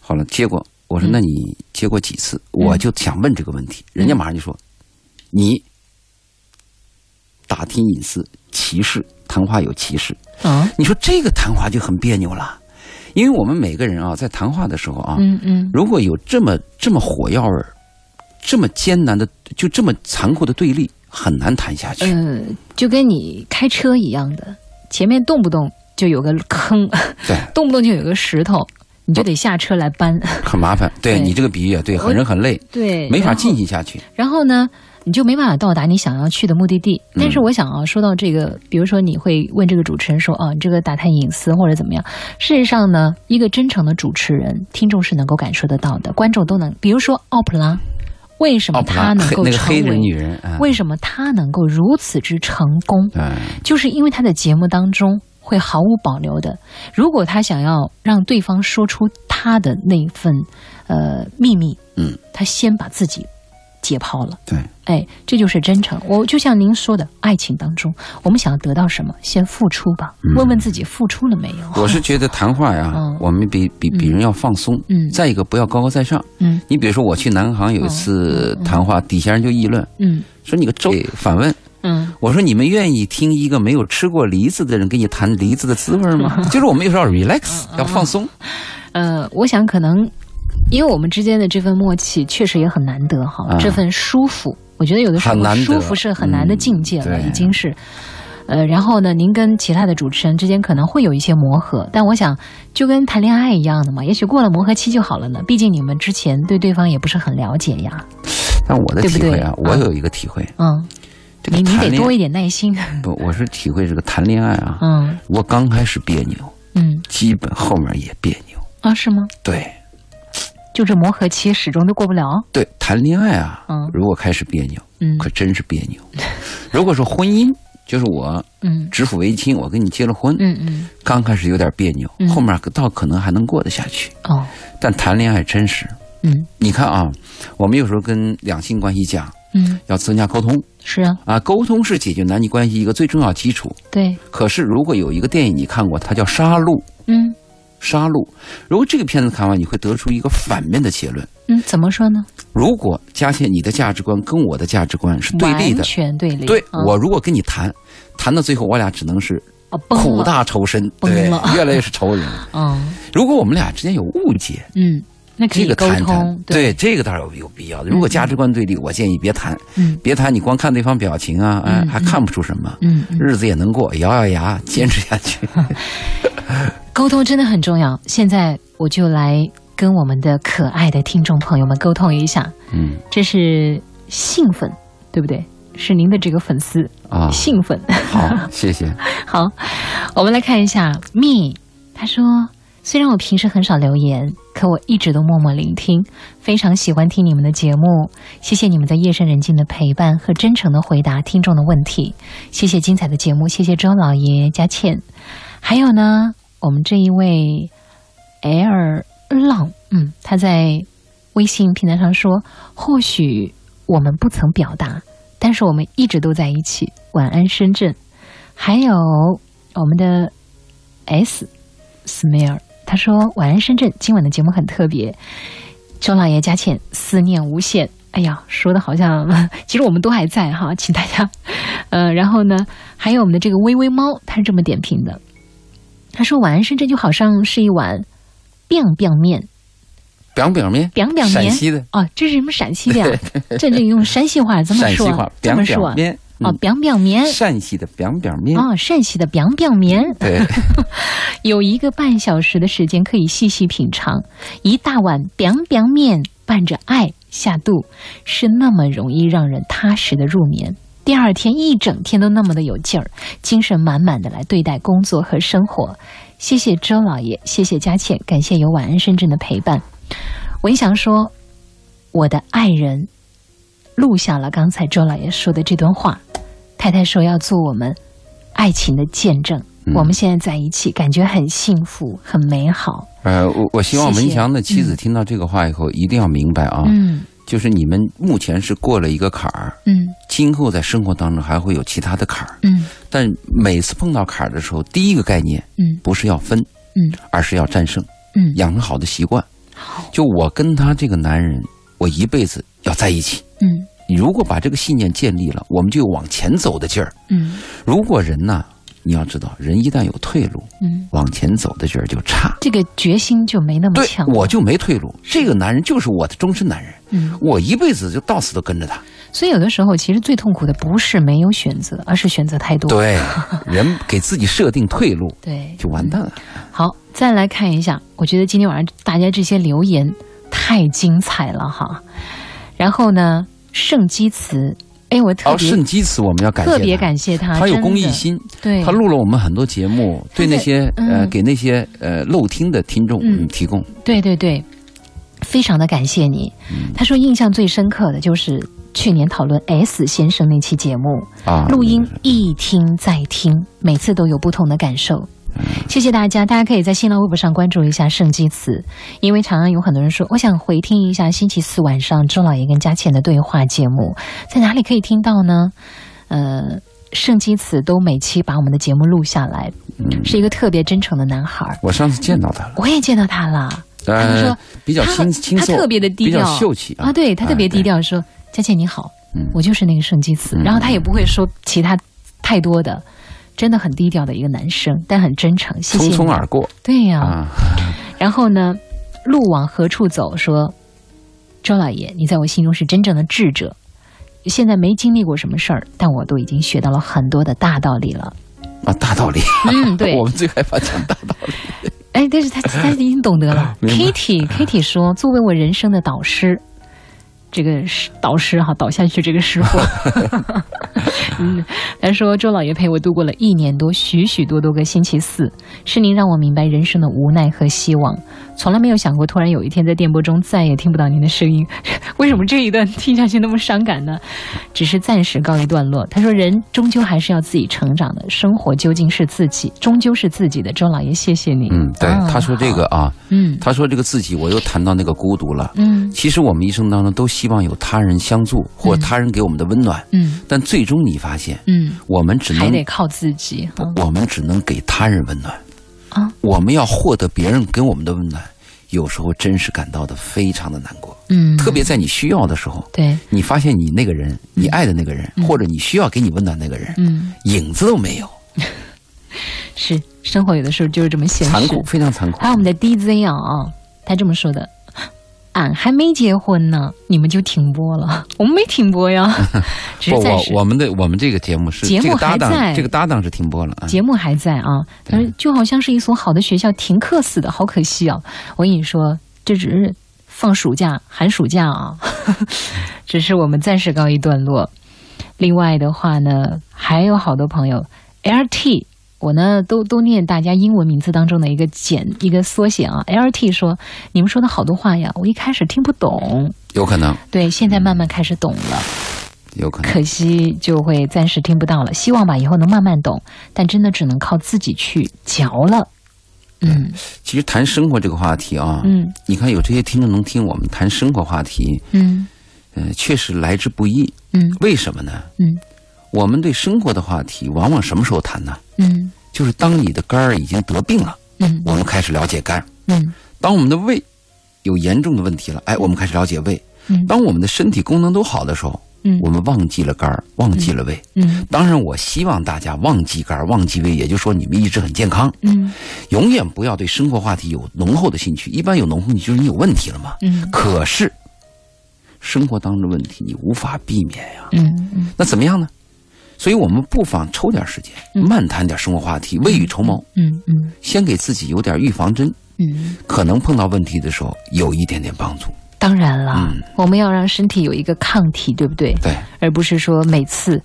好了，结过。我说嗯那你结过几次？我就想问这个问题，人家马上就说你打听隐私、歧视，谈话有歧视。啊你说这个谈话就很别扭了，因为我们每个人啊，在谈话的时候啊，嗯嗯如果有这么这么火药味儿，这么艰难的，就这么残酷的对立，很难谈下去。嗯，就跟你开车一样的，前面动不动就有个坑， 对，动不动就有个石头。你就得下车来搬。 很麻烦。对对你这个比喻也啊对，很人很累，对，没法然后进行下去。然后呢，你就没办法到达你想要去的目的地。嗯但是我想啊，说到这个，比如说你会问这个主持人说啊，你这个打探隐私或者怎么样？事实上呢，一个真诚的主持人，听众是能够感受得到的，观众都能。比如说奥普拉，为什么奥普她拉能黑够那个成黑为？人女人啊，为什么她能够如此之成功？嗯就是因为她的节目当中会毫无保留的，如果她想要让对方说出她的那份呃秘密，嗯，她先把自己解剖了。对，哎，这就是真诚。我就像您说的，爱情当中，我们想要得到什么，先付出吧，问问自己付出了没有。嗯我是觉得谈话呀嗯，我们比比比人要放松。嗯再一个不要高高在上。嗯你比如说，我去南航有一次谈话，底下人就议论嗯说你个周反问。嗯，我说你们愿意听一个没有吃过梨子的人跟你谈梨子的滋味 吗？就是我们有时候要嗯 relax，要放松。呃，我想可能，因为我们之间的这份默契确实也很难得哈，啊这份舒服，我觉得有的时很候难得舒服是很难的境界了，嗯对已经是。呃，然后呢，您跟其他的主持人之间可能会有一些磨合，但我想就跟谈恋爱一样的嘛，也许过了磨合期就好了呢。毕竟你们之前对对方也不是很了解呀，但我的对不体对会啊，我嗯有一个体会，嗯，这你个你谈得恋多爱一点耐心， 不，我是体会这个谈恋爱啊，嗯我刚开始别扭，嗯基本后面也别扭。啊，是吗？对就是磨合期始终都过不了，对，谈恋爱啊，嗯如果开始别扭，嗯可真是别 扭。如果说婚姻，就是我嗯指腹为亲，我跟你结了婚，嗯嗯，刚开始有点别扭，嗯后面倒可能还能过得下去。哦，但谈恋爱真是，嗯你看啊，我们有时候跟两性关系讲嗯，要增加沟通是啊，啊，沟通是解决男女关系一个最重要基础。对，可是如果有一个电影你看过，它叫《杀戮》，嗯杀戮，如果这个片子看完，你会得出一个反面的结论。嗯，怎么说呢？如果佳倩你的价值观跟我的价值观是对立的完，全对立，对、啊我如果跟你谈，谈到最后我俩只能是啊崩苦了，大仇深，崩对了， 越来越是仇人。嗯如果我们俩之间有误解，嗯，那可这以个沟谈谈通，，对这个倒是有有必要的。如果价值观对立，我建议别谈，嗯别谈，你光看对方表情啊，哎，嗯还看不出什么，嗯嗯，日子也能过，咬咬牙坚持下去。 沟通真的很重要。现在我就来跟我们的可爱的听众朋友们沟通一下，嗯这是兴奋，对不对？是您的这个粉丝啊，兴奋。好，谢谢。 好，我们来看一下 me，他说。虽然我平时很少留言，可我一直都默默聆听，非常喜欢听你们的节目。谢谢你们在夜深人静的陪伴和真诚的回答听众的问题。谢谢精彩的节目，谢谢周老爷、佳倩，还有呢，我们这一位 L 浪，嗯，他在微信平台上说，或许我们不曾表达，但是我们一直都在一起。晚安，深圳。还有我们的 S Smear，他说：“晚安，深圳，今晚的节目很特别，周老爷佳倩思念无限。”哎呀，说的好像 其实我们都还在哈，请大家，呃，然后呢，还有我们的这个微微猫，他是这么点评的，他说：“晚安，深圳就好像是一碗 biang biang 面表表面， ，biang biang 陕面西的哦，这是什么陕西的呀？这这用山西话怎么陕西说话啊？，这表么说表啊面哦嗯， biang biang 面陕西的表表面，哦，陕西的 biang biang 面。”对，有一个半小时的时间可以细细品尝，一大碗 biang biang 面伴着爱下肚，是那么容易让人踏实的入眠。第二天一整天都那么的有劲儿，精神满满的来对待工作和生活。谢谢周老爷，谢谢佳倩，感谢有晚安深圳的陪伴。文祥说：“我的爱人录下了刚才周老爷说的这段话，太太说要做我们爱情的见证。嗯我们现在在一起，感觉很幸福，很美好。呃，我我希望谢谢文强的妻子听到这个话以后，一定要明白啊，嗯就是你们目前是过了一个坎儿，嗯今后在生活当中还会有其他的坎儿，嗯但每次碰到坎儿的时候，第一个概念嗯不是要分，嗯，而是要战胜，嗯，养成好的习惯。就我跟他这个男人，我一辈子要在一起。嗯你如果把这个信念建立了，我们就有往前走的劲儿。嗯如果人呐、你要知道，人一旦有退路，嗯，往前走的劲儿就差。这个决心就没那么对强，了。我就没退路。这个男人就是我的终身男人，嗯我一辈子就到死都跟着他。所以有的时候，其实最痛苦的不是没有选择，而是选择太多。对，人给自己设定退路对就完蛋了。好，再来看一下，我觉得今天晚上大家这些留言太精彩了哈。然后呢，圣基词，哎，我特哦，别、肾基词我们要感谢特别感谢谢他，他有真公益的，心，对，他录了我们很多节目，对那些呃嗯给那些呃漏听的听众嗯嗯提供。对对对，非常的感谢你。他说印象最深刻的就是去年讨论 S 先生那期节目，啊，录音一听再听，每次都有不同的感受。谢谢大家，大家可以在新浪微博上关注一下圣基词，因为长安有很多人说，我想回听一下星期四晚上周老爷跟佳倩的对话节目，在哪里可以听到呢？呃，圣基词都每期把我们的节目录下来，是一个特别真诚的男孩儿，我上次见到他了，我也见到他了。他们呃说，比较他清清他瘦，特别的低比调，较秀气啊，对他特别低。哎调说：“佳倩你好，嗯我就是那个圣基词。嗯然后他也不会说其他太多的，真的很低调的一个男生，但很真诚。谢对谢匆你。匆而过对呀、啊，然后呢，路往何处走？说周老爷，你在我心中是真正的智者。现在没经历过什么事儿，但我都已经学到了很多的大道理了。啊，大道理。嗯， 对我，们最害怕讲大道理。哎，但是他他已经懂得了。明白啊 Kitty Kitty 说，作为我人生的导师，这个师导师哈倒下去这个师 傅，嗯，他说周老爷陪我度过了一年多许许多多个星期四，是您让我明白人生的无奈和希望。从来没有想过，突然有一天在电波中再也听不到您的声音。 为什么这一段听下去那么伤感呢？只是暂时告一段落。他说，人终究还是要自己成长的，生活究竟是自己，终究是自己的。周老爷，谢谢你。嗯，对啊，他说这个啊，嗯他说这个自己，我又谈到那个孤独了。嗯其实我们一生当中都希望有他人相助，或他人给我们的温暖，嗯但最终你发现，嗯，我们只还能得靠自己。嗯我们只能给他人温暖啊，我们要获得别人给我们的温暖，有时候真是感到的非常的难过，嗯，特别在你需要的时候，对，你发现你那个人，你爱的那个人，或者你需要给你温暖那个人，嗯，影子都没有，是生活有的时候就是这么现实。残酷，非常残酷还。有我们的 DZ 啊、啊，他这么说的：“俺还没结婚呢，你们就停播了，我们没停播 呀，只不，是暂我时。”我们的我们这个节目是节目这个搭还在档，这个搭档是停播了啊。节目还在啊，但是就好像是一所好的学校停课似的，好可惜啊！我跟你说，这只是放暑假、寒暑假啊， 只是我们暂时告一段落。另外的话呢，还有好多朋友，LT，我呢都都念大家英文名字当中的一个简一个缩写啊，LT 说你们说的好多话呀，我一开始听不懂，有可能，对，现在慢慢开始懂了。有可能。可惜就会暂时听不到了。希望吧，以后能慢慢懂，但真的只能靠自己去嚼了。嗯其实谈生活这个话题啊，嗯你看有这些听众能听我们谈生活话题，嗯呃，确实来之不易。嗯为什么呢？嗯我们对生活的话题，往往什么时候谈呢？嗯就是当你的肝儿已经得病了，嗯我们开始了解肝；嗯当我们的胃有严重的问题了，哎，我们开始了解胃；嗯当我们的身体功能都好的时候，嗯我们忘记了肝儿，忘记了胃。嗯当然，我希望大家忘记肝儿，忘记胃，也就是说你们一直很健康。嗯永远不要对生活话题有浓厚的兴趣。一般有浓厚，你就是你有问题了嘛。嗯可是，生活当中的问题你无法避免呀、嗯那怎么样呢？所以我们不妨抽点时间，慢谈点生活话题，未雨绸缪，嗯嗯先给自己有点预防针，嗯，可能碰到问题的时候有一点点帮助。当然了，嗯我们要让身体有一个抗体，对不对？对，而不是说每次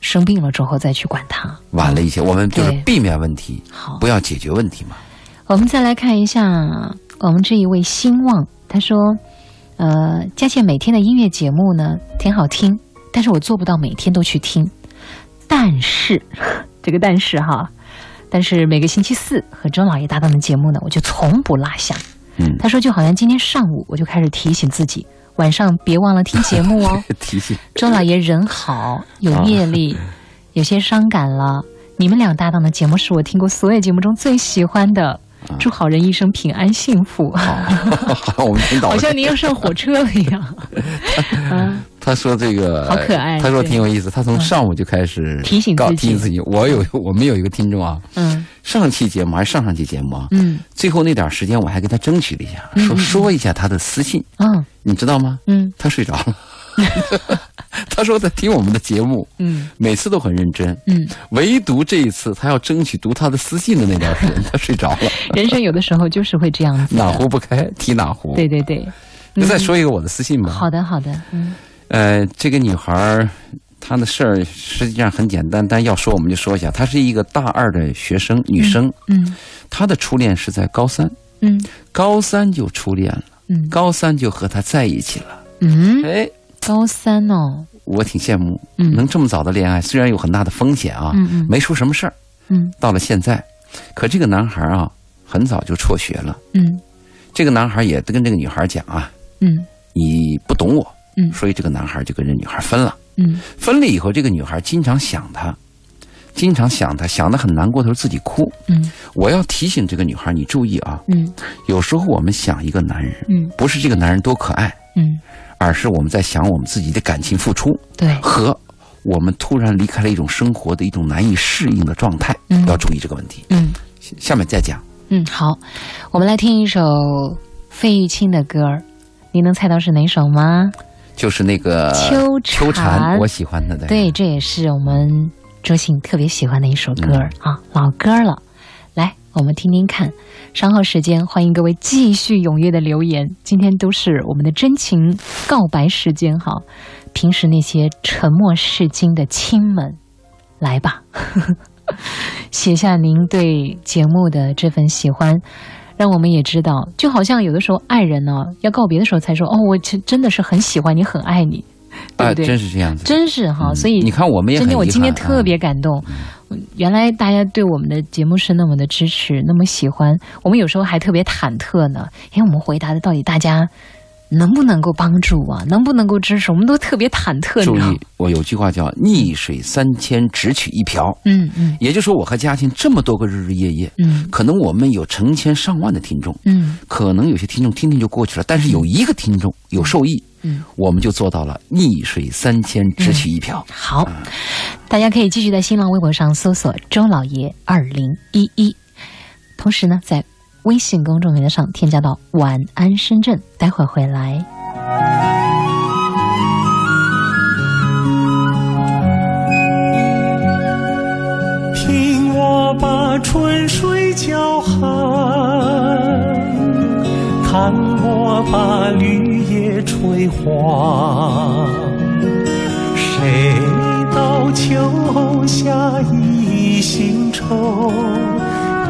生病了之后再去管它。晚了一些，我们就是嗯对避免问题，好，不要解决问题嘛。 我们再来看一下呃我们这一位兴旺，他说：“呃，佳倩每天的音乐节目呢挺好听，但是我做不到每天都去听。但是 这个但是哈，但是每个星期四和周老爷搭档的节目呢，我就从不落下。”嗯他说：“就好像今天上午我就开始提醒自己，晚上别忘了听节目哦。”提醒周老爷人好，有业力，有些伤感了。你们俩搭档的节目是我听过所有节目中最喜欢的。祝好人一生平安幸福，好， 我们听到好了。像您要上火车了一样。嗯，他说这个好可爱他说对嗯挺有意思。他从上午就开始提醒告自己提醒自己。我有我们有一个听众啊，嗯上期节目还是上上期节目啊，嗯最后那点时间我还给他争取了一下，说说一下他的私信，嗯你知道吗？嗯 他睡着了， 他说他听我们的节目，嗯，每次都很认真，嗯，唯独这一次他要争取读他的私信的那段时 间，他睡着了，人生有的时候就是会这样子哪的。壶不开提哪壶。对，对对，那再说一个我的私信吧。好的好的，嗯呃，这个女孩儿，她的事儿实际上很简单，但要说我们就说一下，她是一个大二的学生，女生，嗯她的初恋是在高三，嗯高三就初恋了，嗯高三就和他在一起了。嗯，哎，高三哦，我挺羡慕，嗯能这么早的恋爱，虽然有很大的风险啊，嗯嗯没出什么事儿。嗯到了现在，可这个男孩啊，很早就辍学了。嗯这个男孩也跟这个女孩讲啊，嗯你不懂我，嗯所以这个男孩就跟这女孩分了。嗯分了以后，这个女孩经常想他，经常想他，想得很难过的时候自己哭。嗯我要提醒这个女孩，你注意啊，嗯有时候我们想一个男人，嗯不是这个男人多可爱，嗯，而是我们在想我们自己的感情付出对，和我们突然离开了一种生活的一种难以适应的状态。嗯要注意这个问题。嗯下下面再讲，嗯，好，我们来听一首费玉清的歌儿，你能猜到是哪首吗？就是那个秋秋蝉蝉，我喜欢的那个对，这也是我们周信特别喜欢的一首歌儿、啊，老歌儿了。来，我们听听看。稍后时间，欢迎各位继续踊跃的留言。今天都是我们的真情告白时间哈，平时那些沉默是金的亲们，来吧， 写下您对节目的这份喜欢。让我们也知道，就好像有的时候爱人呢、要告别的时候才说哦，我其实真的是很喜欢你，很爱你，对啊，不对？真是这样子。真是哈，嗯所以你看，我们也真很的，我遗今天憾啊特别感动。原来大家对我们的节目是那么的支持，那么喜欢，我们有时候还特别忐忑呢。哎，我们回答的到底大家能不能够帮助啊？能不能够支持？我们都特别忐忑，你注知道吗意，我有句话叫“逆水三千，只取一瓢嗯嗯”，也就是说，我和嘉庆这么多个日日夜夜，嗯可能我们有成千上万的听众，嗯可能有些听众听听就过去了，但是有一个听众有受益，嗯，我们就做到了逆水三千，只取一瓢。好，嗯大家可以继续在新浪微博上搜索“周老爷二零一一”，同时呢，在微信公众平台上添加到“晚安深圳”，待会儿回来。听我把春水叫喊，看我把绿叶吹黄。谁道秋下一新愁，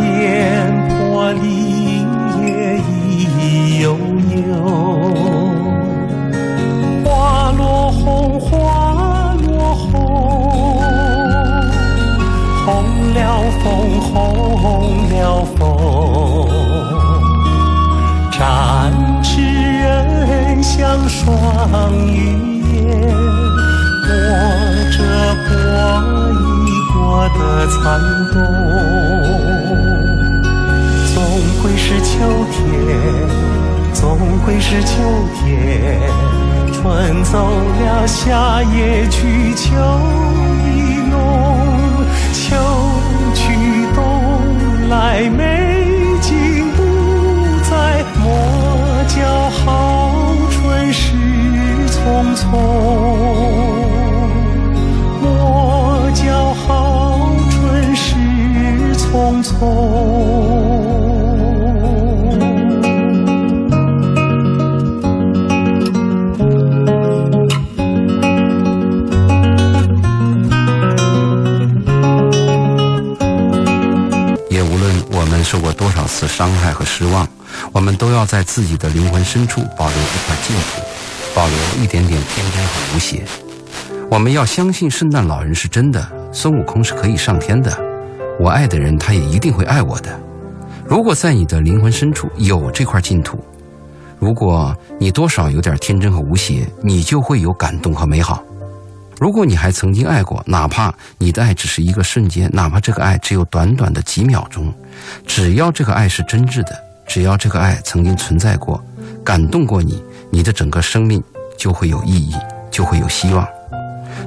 烟波里夜已悠悠。花落红，花落红，红了枫，红了枫。展翅人像双鱼眼，裹着裹一裹的残冬。总归是秋天，总归是秋天。春走了，夏夜去，秋意浓，秋去冬来，美景不在。莫教好春事匆匆，莫教好春事匆匆。也无论我们受过多少次伤害和失望，我们都要在自己的灵魂深处保留一块净土，保留一点点天真和无邪。我们要相信圣诞老人是真的，孙悟空是可以上天的，我爱的人他也一定会爱我的。如果在你的灵魂深处有这块净土，如果你多少有点天真和无邪，你就会有感动和美好。如果你还曾经爱过，哪怕你的爱只是一个瞬间，哪怕这个爱只有短短的几秒钟，只要这个爱是真挚的，只要这个爱曾经存在过，感动过你，你的整个生命就会有意义，就会有希望。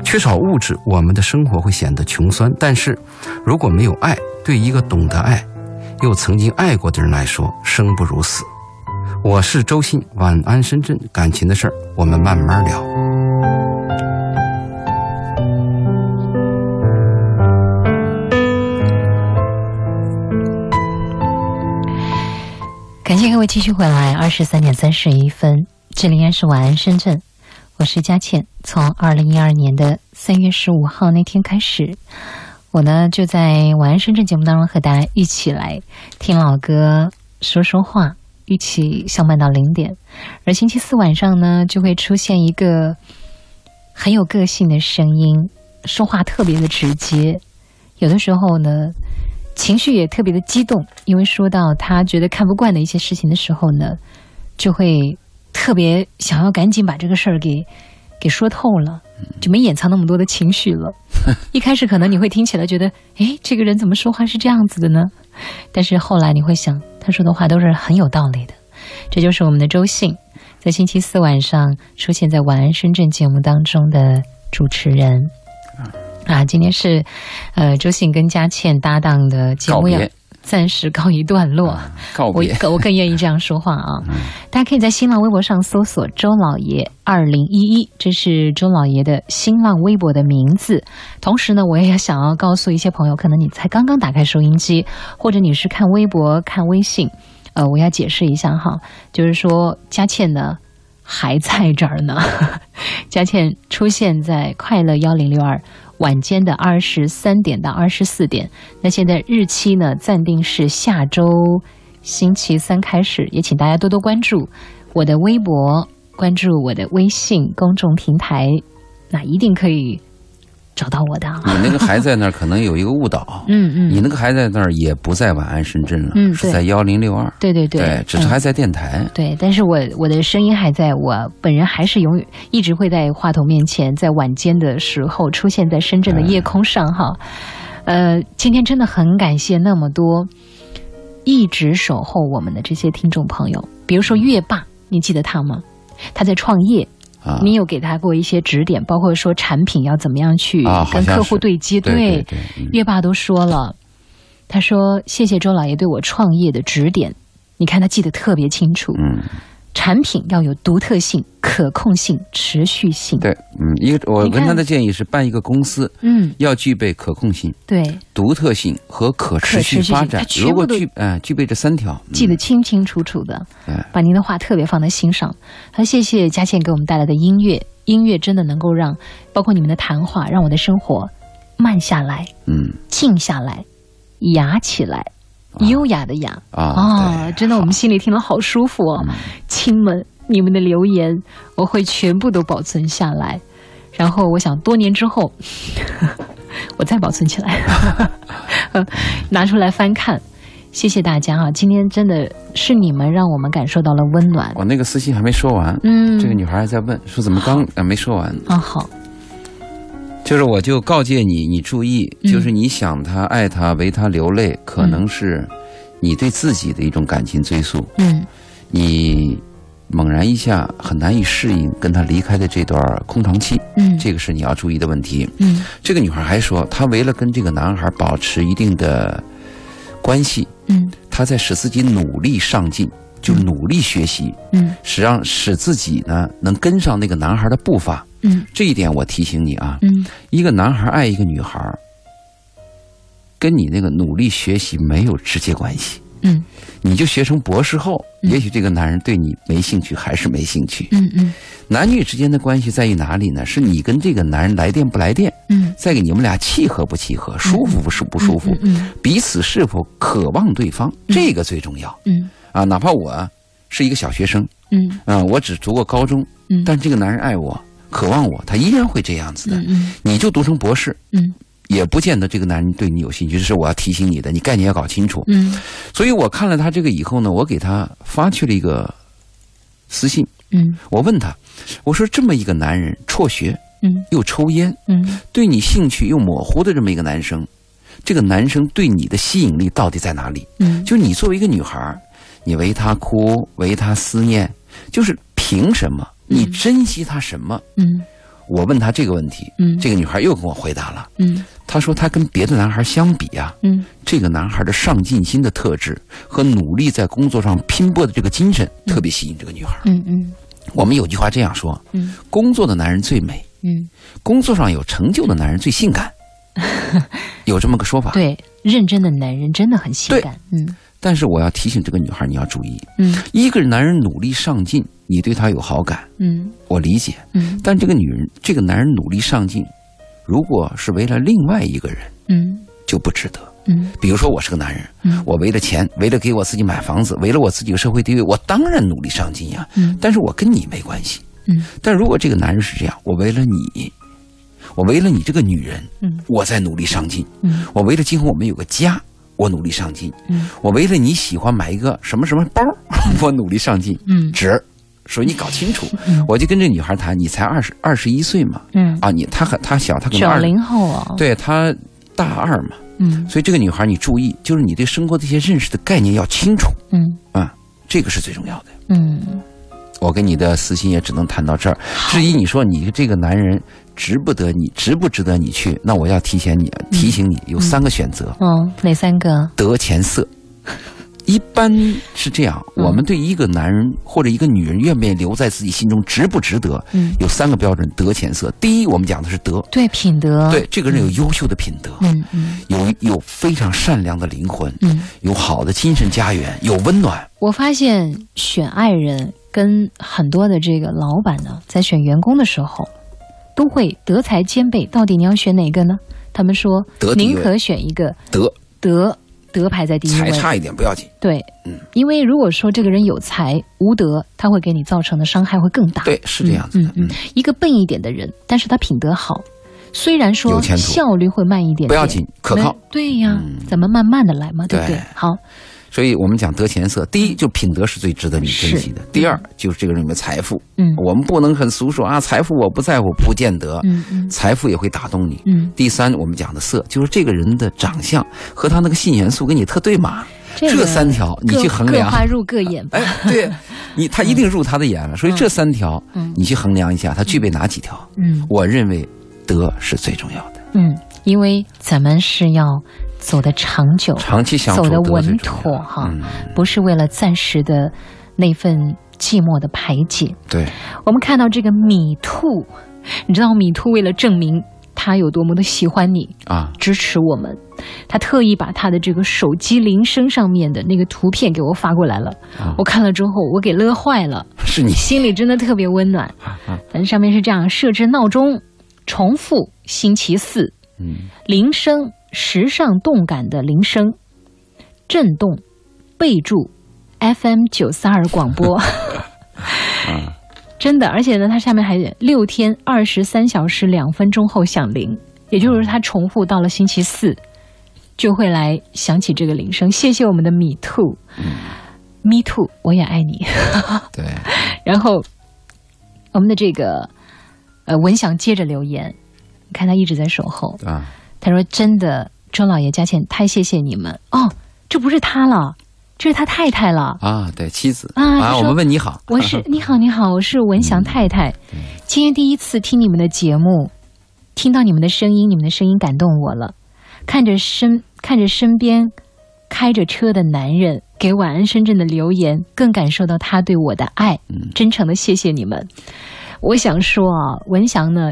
缺少物质，我们的生活会显得穷酸。但是，如果没有爱，对一个懂得爱，又曾经爱过的人来说，生不如死。我是周信，晚安深圳，感情的事儿我们慢慢聊。感谢各位继续回来，二十三点三十一分，这里依然是晚安深圳，我是佳倩。从二零一二年的三月十五号那天开始，我呢就在晚安深圳节目当中和大家一起来听老歌、说说话，一起相伴到零点。而星期四晚上呢，就会出现一个很有个性的声音，说话特别的直接，有的时候呢情绪也特别的激动，因为说到他觉得看不惯的一些事情的时候呢，就会特别想要赶紧把这个事儿给给说透了，嗯就没掩藏那么多的情 绪了。一开始可能你会听起来觉得，哎，这个人怎么说话是这样子的呢？但是后来你会想，他说的话都是很有道理的。这就是我们的周信，在星期四晚上出现在《晚安深圳》节目当中的主持人。嗯啊，今天是，呃，周信跟佳倩搭档的节目告别嗯要暂时告一段落。告我别。更我更愿意这样说话啊！大家可以在新浪微博上搜索“周老爷二零一一”，这是周老爷的新浪微博的名字。同时呢，我也想要告诉一些朋友，可能你才刚刚打开收音机，或者你是看微博、看微信，呃，我要解释一下哈，就是说佳倩呢还在这儿呢，佳倩出现在快乐幺零六二。晚间的二十三点到二十四点，那现在日期呢暂定是下周星期三开始，也请大家多多关注我的微博，关注我的微信公众平台，那一定可以找到我的啊。你那个还在那儿，可能有一个误导。嗯你嗯，那个还在那儿，也不在晚安深圳了，嗯是对在幺零六二。对对只是嗯还在电台。对，但是我我的声音还在，我本人还是永远一直会在话筒面前，在晚间的时候出现在深圳的夜空上哈。呃，今天真的很感谢那么多一直守候我们的这些听众朋友，比如说月爸，你记得他吗？他在创业，啊，你有给他过一些指点，包括说产品要怎么样去啊好跟像客户是对接，对对对，嗯月爸都说了，他说谢谢周老爷对我创业的指点。你看他记得特别清楚，嗯，产品要有独特性、可控性、持续性。，对，嗯，一个我你看跟他的建议是办一个公司，嗯，要具备可控性、对，独特性和可持续可持续性发展它。全部如果都具哎具备这三条，嗯记得清清楚楚的，哎把您的话特别放在心上。好，谢谢佳倩给我们带来的音乐，音乐真的能够让，包括你们的谈话，让我的生活慢下来、嗯静下来、雅起来，优雅的雅。啊嗯啊，，真的，我们心里听了好舒服哦，亲们，你们的留言我会全部都保存下来，然后我想多年之后， 我再保存起来， 拿出来翻看。谢谢大家啊！今天真的是你们让我们感受到了温暖对。哦我那个私信还没说完，嗯，这个女孩还在问说怎么刚啊没说完，啊好，就是我就告诫你，你注意，嗯就是你想他、爱他、为他流泪，可能是你对自己的一种感情追溯，嗯你猛然一下很难以适应跟他离开的这段空窗期，嗯这个是你要注意的问题。嗯这个女孩还说，她为了跟这个男孩保持一定的关系，嗯她在使自己努力上进，就努力学习，嗯使让使自己呢能跟上那个男孩的步伐。嗯这一点我提醒你啊，嗯，一个男孩爱一个女孩儿，跟你那个努力学习没有直接关系。嗯你就学成博士后，嗯也许这个男人对你没兴趣，还是没兴趣。嗯嗯男女之间的关系在于哪里呢？是你跟这个男人来电不来电，嗯再给你们俩契合不契合，舒服不舒不舒服，嗯彼此是否渴望对方，这个最重要嗯啊！哪怕我是一个小学生，嗯啊，我只读过高中，嗯但这个男人爱我，渴望我，他依然会这样子的。嗯你就读成博士，嗯也不见得这个男人对你有兴趣，这是我要提醒你的，你概念要搞清楚。嗯所以我看了他这个以后呢，我给他发去了一个私信，嗯我问他，我说这么一个男人辍学嗯又抽烟，嗯对你兴趣又模糊的这么一个男生，这个男生对你的吸引力到底在哪里？嗯，就你作为一个女孩儿，你为他哭，为他思念，就是凭什么？你珍惜他什么？嗯我问他这个问题，嗯这个女孩又跟我回答了，嗯她说她跟别的男孩相比啊，嗯这个男孩的上进心的特质和努力在工作上拼搏的这个精神，特别吸引这个女孩。嗯嗯我们有句话这样说：嗯工作的男人最美，嗯。工作上有成就的男人最性 感，有这么个说法。对，认真的男人真的很性对感。嗯但是我要提醒这个女孩，你要注意，嗯一个男人努力上进，你对他有好感，嗯我理解，嗯但这个女人，这个男人努力上进，如果是为了另外一个人，嗯就不值得。嗯比如说，我是个男人，嗯我为了钱，为了给我自己买房子，为了我自己的社会地位，我当然努力上进呀。嗯但是我跟你没关系。嗯但如果这个男人是这样，我为了你，我为了你这个女人，嗯我在努力上进；嗯我为了今后我们有个家，我努力上进；嗯我为了你喜欢买一个什么什么包， 我努力上进。嗯值，所以你搞清 楚。我就跟这女孩谈，你才二十二十一岁嘛，嗯，啊，你她很她小，她可能九二零后哦，，对她大二嘛，嗯所以这个女孩你注意，就是你对生活的一些认识的概念要清楚嗯啊，这个是最重要的。嗯我跟你的私心也只能谈到这儿。至于你说你这个男人值不得你值不值得你去，那我要提醒你嗯提醒你有三个选择：哦，哪三个？得钱色。一般是这样，嗯我们对一个男人或者一个女人愿不愿意留在自己心中值不值得，嗯，有三个标准：得钱色。第一，我们讲的是德，对，品德，对，这个人有优秀的品德，嗯嗯有有非常善良的灵魂，嗯。有好的精神家园，有温暖。我发现选爱人跟很多的这个老板呢，在选员工的时候，都会德才兼备。到底你要选哪个呢？他们说德，第一宁位可选一个德德德排在第一才位。差一点不要紧，对，嗯因为如果说这个人有才无德，他会给你造成的伤害会更大。对，是这样子的。嗯嗯一个笨一点的人，但是他品德好，虽然有说前途效率会慢一点点不要紧，可靠没。对呀，嗯咱们慢慢的来嘛，对不对？对好，所以我们讲得钱色，第嗯一就品德是最值得你珍惜的，第二就是这个人有没有财富。嗯我们不能很俗说啊，财富我不在乎，不见得，嗯嗯财富也会打动你。嗯，第三，我们讲的色，就是这个人的长相和他那个性元素跟你特对码，这个这三条你各去衡量各花入各眼 吧。哎，对你，他一定入他的眼了。所以这三条，嗯你去衡量一下，他具备哪几条？嗯我认为德是最重要的，嗯，因为咱们是要走的长久，长期相处走的德最重稳妥要。哈，嗯，不是为了暂时的那份寂寞的排解。对，我们看到这个米兔，你知道米兔为了证明他有多么的喜欢你，啊，支持我们。他特意把他的这个手机铃声上面的那个图片给我发过来了，啊我看了之后我给乐坏了，是你心里真的特别温暖。咱上面是这样设置闹钟，重复星期四，嗯，铃声时尚动感的铃声，震动，备注 FM 九三二广播。真的，而且呢，它下面还有六天二十三小时两分钟后响铃，也就是它重复到了星期四，就会来响起这个铃声。谢谢我们的米兔、m e too，我也爱你。对，然后我们的这个呃文祥接着留言，你看他一直在守候，啊，他说：“真的，周老爷佳倩，太谢谢你们哦，这不是他了，这是他太太了。啊，对，妻子啊他说我们问你好，我 是你好，你好，我是文祥太太，嗯今天第一次听你们的节目，听到你们的声音，你们的声音感动我了。看着身看着身边开着车的男人给晚安深圳的留言，更感受到他对我的爱。嗯真诚的谢谢你们。我想说啊，文祥呢，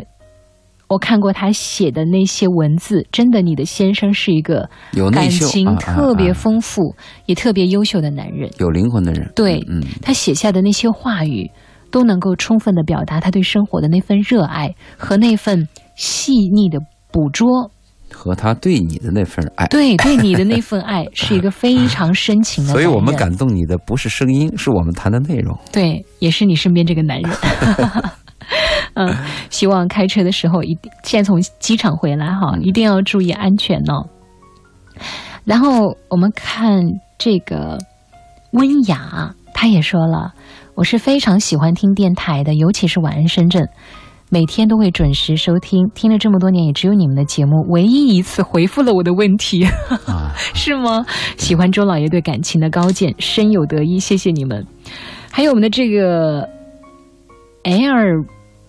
我看过他写的那些文字，真的，你的先生是一个有内感秀啊情啊特别啊丰富、也特别优秀的男人。有灵魂的人，对嗯，他写下的那些话语，都能够充分的表达他对生活的那份热爱和那份细腻的捕捉，和他对你的那份爱。对对你的那份爱，是一个非常深情的男所人。以我们感动你的不是声音，是我们谈的内容。 对，也是你身边这个男人。 嗯，希望开车的时候一定，现在从机场回来哈，一定要注意安全哦。然后我们看这个温雅，她也说了，我是非常喜欢听电台的，尤其是晚安深圳。每天都会准时收听，听了这么多年，也只有你们的节目唯一一次回复了我的问题， 是吗？喜欢周老爷对感情的高见，深有得益，谢谢你们。还有我们的这个 L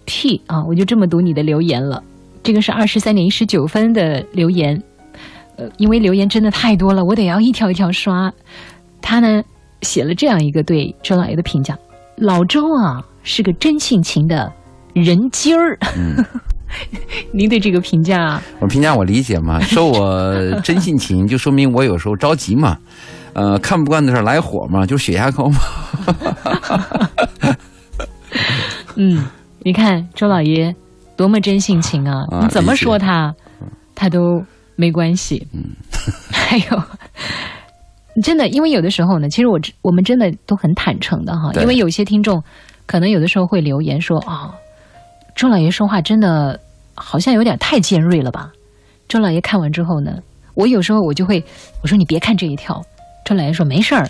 P 啊，我就这么读你的留言了。这个是二十三点一十九分的留言，呃，因为留言真的太多了，我得要一条一条刷。他呢写了这样一个对周老爷的评价：老周啊是个真性情的人精儿。 您对这个评价， 我评价我理解嘛，说我真性情，就说明我有时候着急嘛。呃，看不惯的事儿来火嘛，就是血压高嘛。 嗯，你看周老爷多么真性情啊！啊你怎么说理解他，他都没关系。嗯， 还有，真的，因为有的时候呢，其实我知我们真的都很坦诚的哈，对因为有些听众可能有的时候会留言说啊、周老爷说话真的好像有点太尖锐了吧？周老爷看完之后呢，我有时候我就会我说你别看这一条，周老爷说没事儿，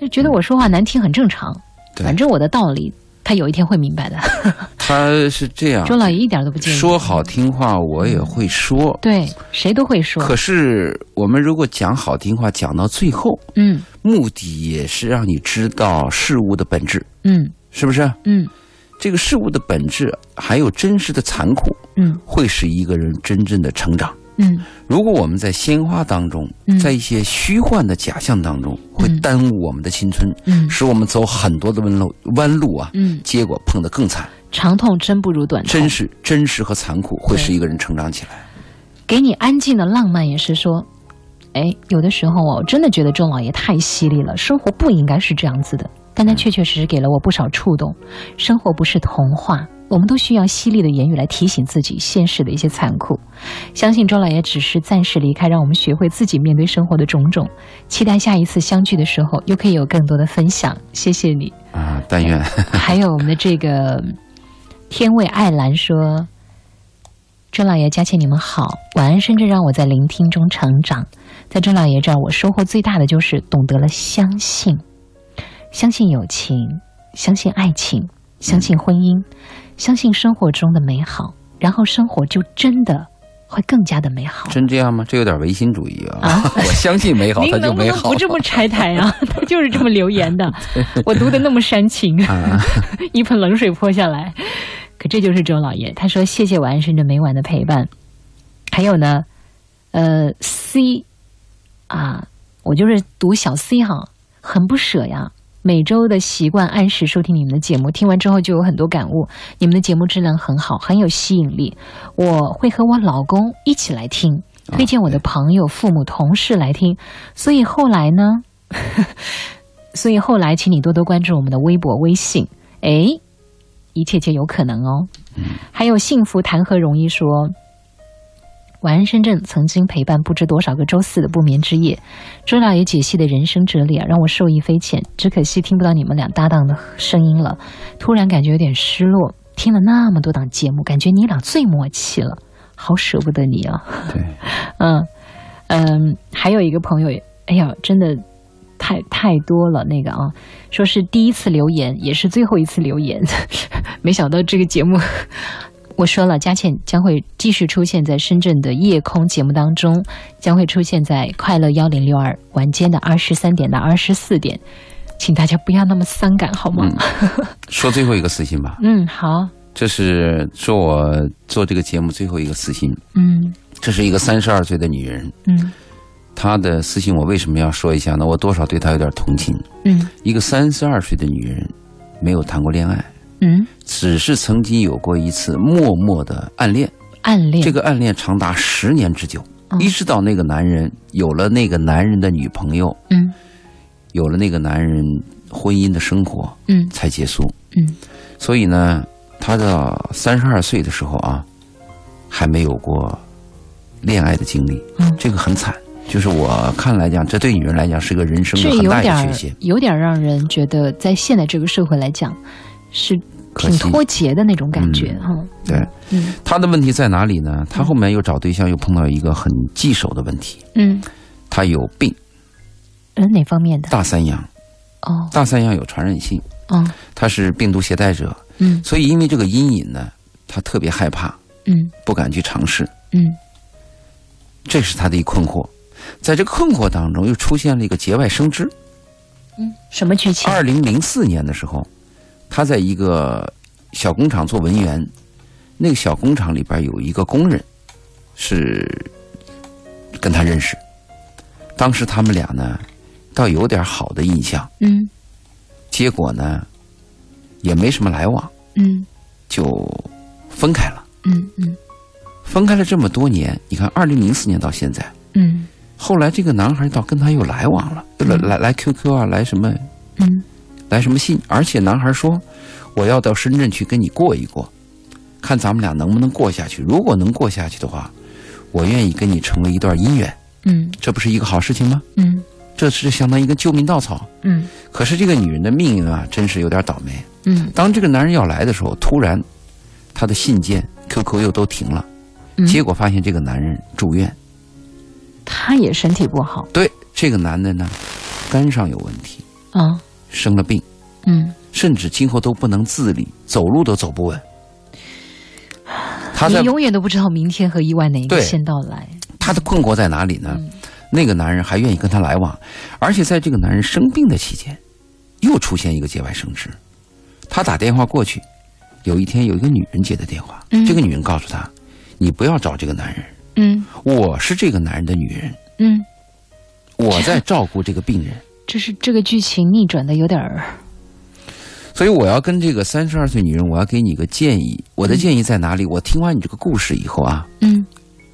就觉得我说话难听很正常，对反正我的道理他有一天会明白的。他是这样周老爷一点都不介意。啊说好听话，我也会说。对，谁都会说。可是我们如果讲好听话，讲到最后，嗯目的也是让你知道事物的本质，嗯是不是？嗯这个事物的本质还有真实的残酷，嗯会使一个人真正的成长。嗯如果我们在鲜花当中嗯，在一些虚幻的假象当中，会嗯耽误我们的青春，嗯使我们走很多的弯路弯路啊，嗯，结果碰得更惨。长痛真不如短痛。真实、真实和残酷会使一个人成长起来。给你安静的浪漫也是说，哎，有的时候啊，我真的觉得周老爷太犀利了，生活不应该是这样子的。但嗯他确确实实给了我不少触动。生活不是童话，我们都需要犀利的言语来提醒自己现实的一些残酷。相信周老爷只是暂时离开，让我们学会自己面对生活的种种。期待下一次相聚的时候，又可以有更多的分享。谢谢你。啊，但愿还有我们的这个天卫艾兰说：“周老爷、佳倩，你们好，晚安深圳让我在聆听中成长。在周老爷这儿，我收获最大的就是懂得了相信，相信友情，相信爱情，相信婚姻，相信生活中的美好，然后生活就真的会更加的美好。”真这样吗？这有点唯心主义啊！啊我相信美好， 您它就能不美能好不。这么拆台啊？ 他就是这么留言 的，我读的那么煽情，啊 一盆冷水泼下来。可这就是周老爷，他说谢谢晚安深圳每晚的陪伴。还有呢，呃，C 啊，我就是读小 C 哈，很不舍呀。每周的习惯按时收听你们的节目，听完之后就有很多感悟。你们的节目质量很好，很有吸引力。我会和我老公一起来听，推荐我的朋友、父母、同事来听。所以后来呢， 所以后来，请你多多关注我们的微博、微信。哎，一切皆有可能哦。还有幸福谈何容易说。晚安，深圳曾经陪伴不知多少个周四的不眠之夜。周老爷解析的人生哲理啊，让我受益匪浅。只可惜听不到你们俩搭档的声音了，突然感觉有点失落。听了那么多档节目，感觉你俩最默契了，好舍不得你啊！对， 嗯嗯，还有一个朋友也，哎呀，真的太太多了那个啊，说是第一次留言，也是最后一次留言， 没想到这个节目。我说了，佳倩将会继续出现在深圳的夜空节目当中，将会出现在《快乐幺零六二》晚间的二十三点到二十四点，请大家不要那么伤感好吗？嗯说最后一个私信吧，嗯，好，这是说我做这个节目最后一个私信。嗯这是一个三十二岁的女人，嗯她的私信我为什么要说一下呢？我多少对她有点同情。嗯一个三十二岁的女人，没有谈过恋爱，嗯，只是曾经有过一次默默的暗恋，暗恋这个暗恋长达十年之久，嗯一直到那个男人有了那个男人的女朋友，嗯有了那个男人婚姻的生活嗯才结束。嗯，所以呢，她到三十二岁的时候啊，还没有过恋爱的经历，嗯这个很惨。就是我看来讲，这对女人来讲是个人生这的很有大点的儿缺陷。有点儿让人觉得，在现在这个社会来讲，是可挺惜脱节的那种感觉哈。对，嗯她的问题在哪里呢？她后面又找对象，又碰到一个很棘手的问题，嗯她有病，嗯，哪方面的？大三阳，哦大三阳有传染性，哦她是病毒携带者，嗯所以因为这个阴影呢，她特别害怕，嗯不敢去尝试。嗯这是他的一困惑。在这个困惑当中，又出现了一个节外生枝。嗯，什么剧情？二零零四年的时候，他在一个小工厂做文员，那个小工厂里边有一个工人是跟他认识，当时他们俩呢倒有点好的印象，嗯结果呢也没什么来往，嗯就分开了。嗯嗯分开了这么多年，你看，二零零四年到现在，嗯后来这个男孩倒跟他又来往了，来来来 QQ 啊，来什么嗯来什么信，而且男孩说我要到深圳去跟你过一过，看咱们俩能不能过下去。如果能过下去的话，我愿意跟你成为一段姻缘，嗯这不是一个好事情吗？嗯这是相当于一个救命稻草。嗯可是这个女人的命运啊，真是有点倒霉。嗯当这个男人要来的时候，突然他的信件、QQ 又都停了，嗯，结果发现这个男人住院。他也身体不好对，这个男的呢，肝上有问题，啊，生了病，嗯，甚至今后都不能自理，走路都走不稳。他你在永远都不知道明天和意外哪一个对先到来，他的困惑在哪里呢？那个男人还愿意跟他来往，而且在这个男人生病的期间，又出现一个节外生枝。他打电话过去，有一天有一个女人接的电话，嗯这个女人告诉他：“你不要找这个男人，嗯我是这个男人的女人，嗯，我在照顾这个病人，这是这个剧情逆转的有点儿，所以我要跟这个三十二岁女人，我要给你一个建议。我的建议在哪里？我听完你这个故事以后啊，嗯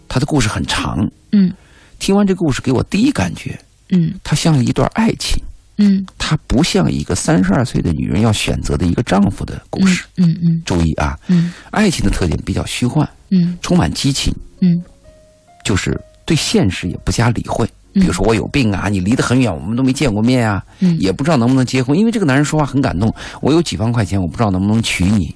她的故事很长，嗯听完这个故事给我第一感觉，嗯它像一段爱情。”嗯它不像一个三十二岁的女人要选择的一个丈夫的故事。嗯嗯注意啊，嗯爱情的特点比较虚幻，嗯充满激情，嗯就是对现实也不加理会。嗯比如说我有病啊，你离得很远，我们都没见过面啊，嗯，也不知道能不能结婚。因为这个男人说话很感动，我有几万块钱，我不知道能不能娶你。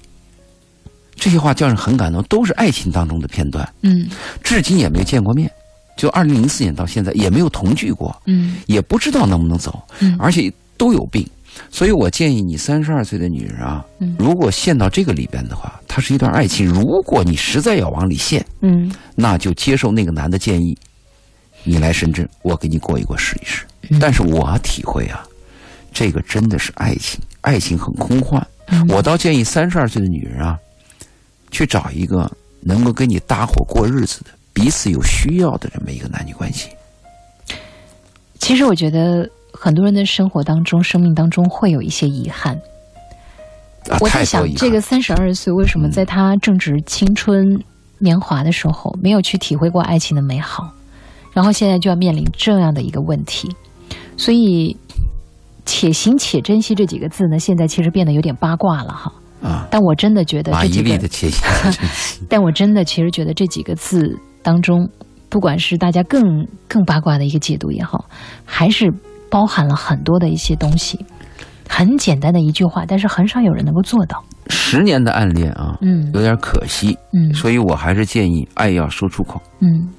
这些话叫人很感动，都是爱情当中的片段，嗯至今也没见过面，就二零零四年到现在也没有同居过。嗯也不知道能不能走，嗯而且都有病，所以我建议你三十二岁的女人啊，嗯如果陷到这个里边的话，它是一段爱情。如果你实在要往里陷，嗯那就接受那个男的建议，你来深圳，我给你过一过试一试。嗯但是我体会啊，这个真的是爱情，爱情很空幻。嗯我倒建议三十二岁的女人啊，去找一个能够跟你搭伙过日子的、彼此有需要的这么一个男女关 系。其实我觉得很多人的生活当中、生命当中会有一些遗憾。啊，我太在多想遗，憾嗯这个三十二岁为什么在他正值青春年华的时候，没有去体会过爱情的美好，然后现在就要面临这样的一个问题，所以“且行且珍惜”这几个字呢，现在其实变得有点八卦了哈。啊，但我真的觉得马这伊几琍个的切记，啊但我真的其实觉得这几个字当中，不管是大家更更八卦的一个解读也好，还是包含了很多的一些东西。很简单的一句话，但是很少有人能够做到。十年的暗恋啊，嗯有点可惜，嗯所以我还是建议爱要说出口，嗯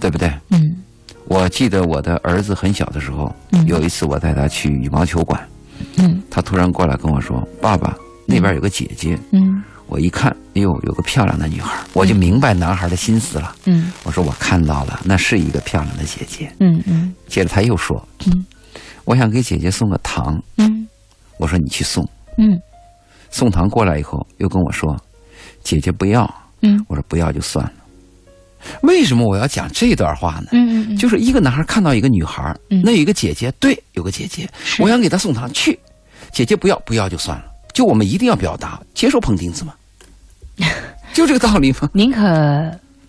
对不对？嗯我记得我的儿子很小的时候，嗯有一次我带他去羽毛球馆，嗯他突然过来跟我说：“爸爸，那边有个姐姐。嗯我一看，哎呦，有个漂亮的女孩，我就明白男孩的心思了。嗯我说我看到了，那是一个漂亮的姐姐。嗯嗯接着他又哎说：“嗯我想给姐姐送个糖。嗯”我说：“你去送。”嗯送糖过来以后，又跟我说：“姐姐不要。”嗯我说不要就算了。为什么我要讲这段话呢？嗯就是一个男孩看到一个女孩，嗯那有一个姐姐，对，有个姐姐，是我想给她送糖去，姐姐不要，不要就算了。就我们一定要表达，接受碰钉子嘛， 就这个道理吗？宁可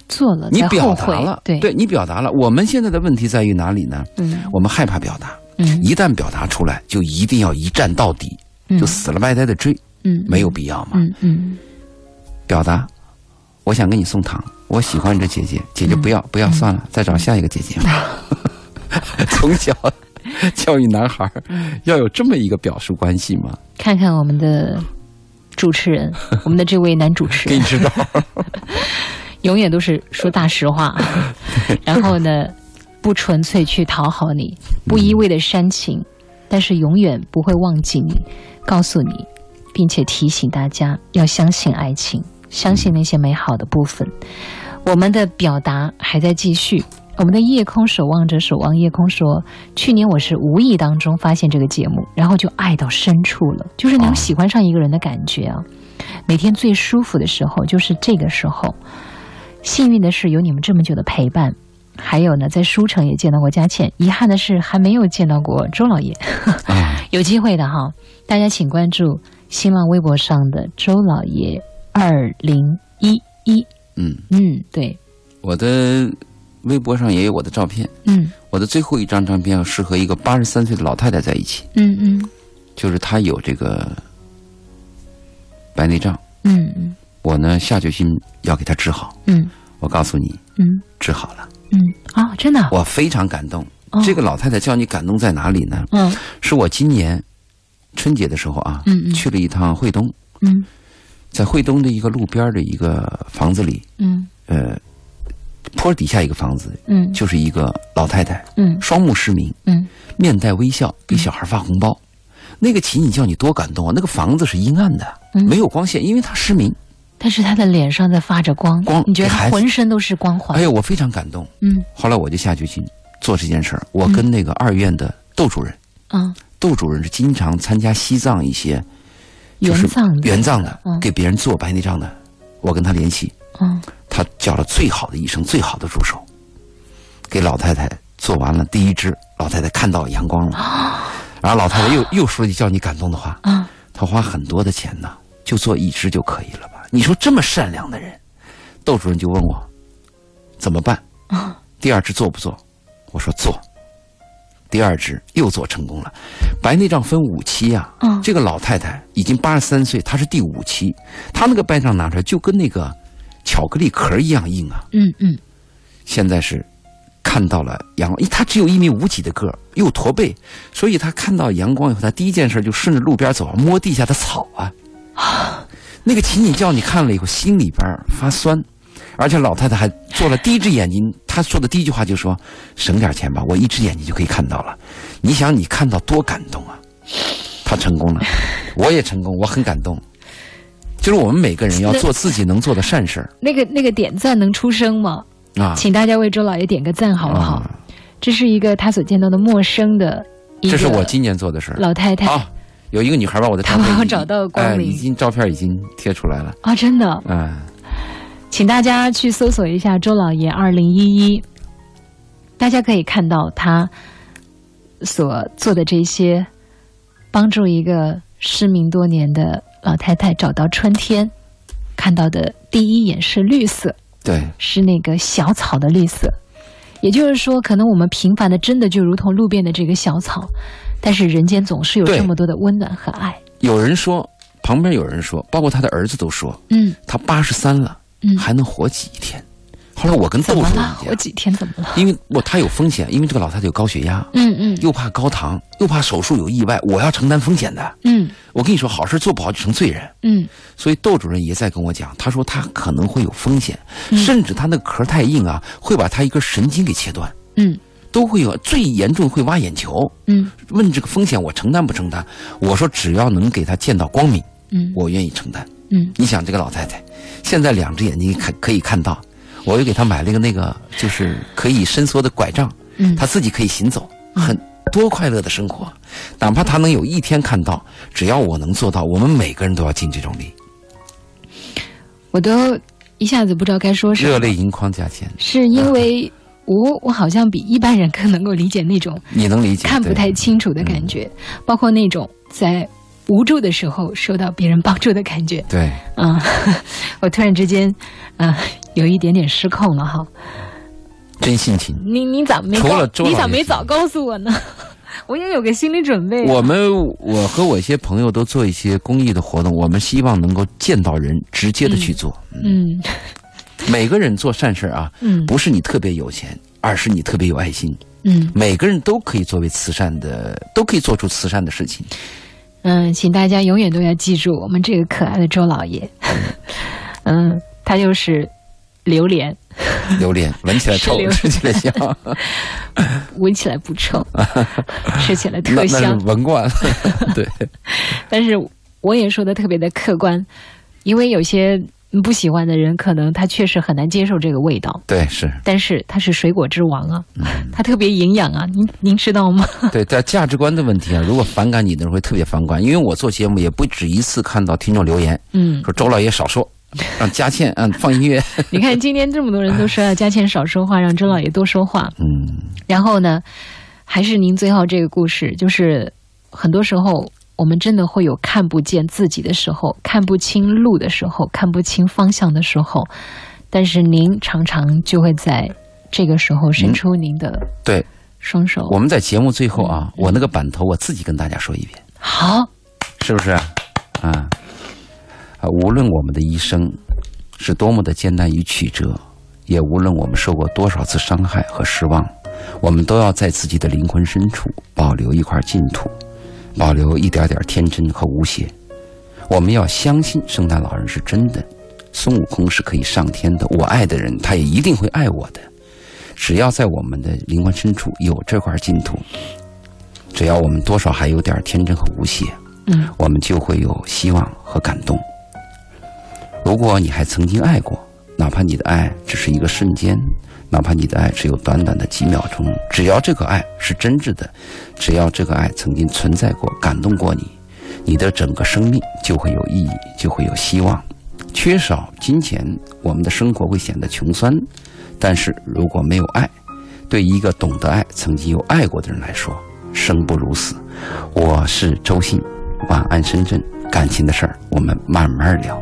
做了你再表后达悔了，，对你表达了。我们现在的问题在于哪里呢？嗯我们害怕表达，嗯一旦表达出来，就一定要一战到底，嗯就死了赖呆的追，嗯没有必要嘛。嗯嗯表达，我想给你送糖，我喜欢你这姐姐，姐姐不要、不要算了，再找下一个姐姐。 从 小教育男孩儿要有这么一个表述关系吗？ 看看我们的主持 人，我们的这位男主持给人你知道，永远都是说大实话，然后呢，不纯粹去讨好你，不一味的煽情，但是永远不会忘记你，告诉你，并且提醒大家要相信爱情，相信那些美好的部分。我们的表达还在继续。我们的夜空守望者守望夜空说，去年我是无意当中发现这个节目，然后就爱到深处了，就是能喜欢上一个人的感觉啊。每天最舒服的时候就是这个时候。幸运的是有你们这么久的陪伴，还有呢，在书城也见到过佳倩，遗憾的是还没有见到过周老爷。有机会的哈，大家请关注新浪微博上的周老爷二零一一。嗯，嗯，对，我的微博上也有我的照片，我嗯我的最后一张唱片是和一个八十三岁的老太太在一起，嗯嗯就是她有这个白内障，嗯嗯我呢下决心要给她治好。嗯我告诉你，嗯治好了，嗯，哦，真的啊，我非常感动。哦这个老太太叫你感动在哪里呢？嗯是我今年春节的时候啊，嗯嗯去了一趟惠东，嗯在惠东的一个路边的一个房子里，嗯呃，坡底下一个房子，嗯就是一个老太太，嗯双目失明，嗯面带微笑，给小孩发红包。那个起你叫你多感动啊！那个房子是阴暗的，嗯没有光线，因为她失明。但是他的脸上在发着光，光你觉得给他孩子浑身都是光环？哎呦，我非常感动。嗯后来我就下决心做这件事儿。我跟那个二院的窦主任，嗯，窦主任是经常参加西藏一些就原是藏的，援藏的，嗯给别人做白内障的，我跟他联系，嗯他叫了最好的医生、最好的助手，给老太太做完了第一支，老太太看到阳光了，然后老太太又又说了一句叫你感动的话，啊她花很多的钱呢，就做一支就可以了吧？你说这么善良的人，窦主任就问我怎么办？啊第二支做不做？我说做。第二支又做成功了，白内障分五期呀、嗯这个老太太已经八十三岁，她是第五期，她那个白内障拿出来就跟那个巧克力壳一样硬啊。嗯嗯现在是看到了阳光，因为她只有一米五几的个儿，又驼背，所以她看到阳光以后，她第一件事就顺着路边走，摸地下的草啊。那个琴你叫你看了以后，心里边发酸，而且老太太还做了第一只眼睛，她说的第一句话就说：“省点钱吧，我一只眼睛就可以看到了。”你想你看到多感动啊！她成功了，我也成功，我很感动。就是我们每个人要做自己能做的善事儿那个那个点赞能出声吗？啊。嗯请大家为周老爷点个赞好不好？这是一个他所见到的陌生的一这个是我今年做的事儿。老太太啊，有一个女孩把我的照片哎她已把我经找到光哎明已经照片已经贴出来了。啊，真的，嗯，请大家去搜索一下周老爷二零一一，大家可以看到他所做的这些，帮助一个失明多年的老太太找到春天，看到的第一眼是绿色，对，是那个小草的绿色。也就是说，可能我们平凡的真的就如同路边的这个小草，但是人间总是有对这么多的温暖和爱。有人说，旁边有人说，包括他的儿子都说，嗯他八十三了，嗯，还能活几天？后来我跟怎窦么主任了？我讲，几天怎么了？因为我他有风险，因为这个老太太有高血压，嗯嗯又怕高糖，又怕手术有意外，我要承担风险的。嗯我跟你说，好事做不好就成罪人。嗯所以窦主任也在跟我讲，他说他可能会有风险，甚至他那个壳太硬啊，会把他一根神经给切断。嗯都会有，最严重会挖眼球。嗯问这个风险我承担不承担？我说只要能给他见到光明，嗯我愿意承担。嗯你想这个老太太，现在两只眼睛看可以看到，我又给她买了一个那个就是可以伸缩的拐杖，嗯她自己可以行走，很多快乐的生活。哪怕她能有一天看到，只要我能做到，我们每个人都要尽这种力，我都一下子不知道该说什热么，泪盈眶加钱，是因为我我好像比一般人更能够理解那种你能理解？看不对嗯太清楚的感觉，包括那种在无助的时候受到别人帮助的感觉。对，啊、 我突然之间，啊、有一点点失控了哈。真性情。你你咋没除告了周老你爷咋没是早告诉我呢？ 我也有个心理准备啊。我们我和我一些朋友都做一些公益的活动，我们希望能够见到人，直接的去做。嗯每个人做善事啊，嗯不是你特别有钱，而是你特别有爱心。嗯每个人都可以作为慈善的，都可以做出慈善的事情。嗯，请大家永远都要记住我们这个可爱的周老爷。 嗯，他就是榴莲。榴莲闻起来臭是，榴莲吃起来 香，闻起来 不臭，吃起来那特那是香。闻惯了。对，但是我也说的特别的客观，因为有些不喜欢的人，可能他确实很难接受这个味道。 对是，但是它是水果之王啊，它特别营养啊，您您知道吗？对，在价值观的问题啊，如果反感你的人会特别反感，因为我做节目也不止一次看到听众留言嗯，说周老爷少说，让佳倩嗯放音乐， 你看今天这么多人都说要佳倩少说话，让周老爷多说话。嗯。然后呢，还是您最后这个故事，就是很多时候我们真的会有看不见自己的时候，看不清路的时候，看不清方向的时候，但是您常常就会在这个时候伸出您的对双手我们在节目最后啊，我那个版头我自己跟大家说一遍，好，是不是？啊啊，无论我们的一生是多么的艰难与曲折，也无论我们受过多少次伤害和失望，我们都要在自己的灵魂深处保留一块净土，保留一点点天真和无邪。我们要相信圣诞老人是真的，孙悟空是可以上天的，我爱的人他也一定会爱我的。只要在我们的灵魂深处有这块净土，只要我们多少还有点天真和无邪，嗯，我们就会有希望和感动。如果你还曾经爱过，哪怕你的爱只是一个瞬间，哪怕你的爱只有短短的几秒钟，只要这个爱是真挚的，只要这个爱曾经存在过、感动过你，你的整个生命就会有意义，就会有希望。缺少金钱，我们的生活会显得穷酸；但是如果没有爱，对一个懂得爱、曾经有爱过的人来说，生不如死。我是周信，晚安深圳，感情的事儿我们慢慢聊，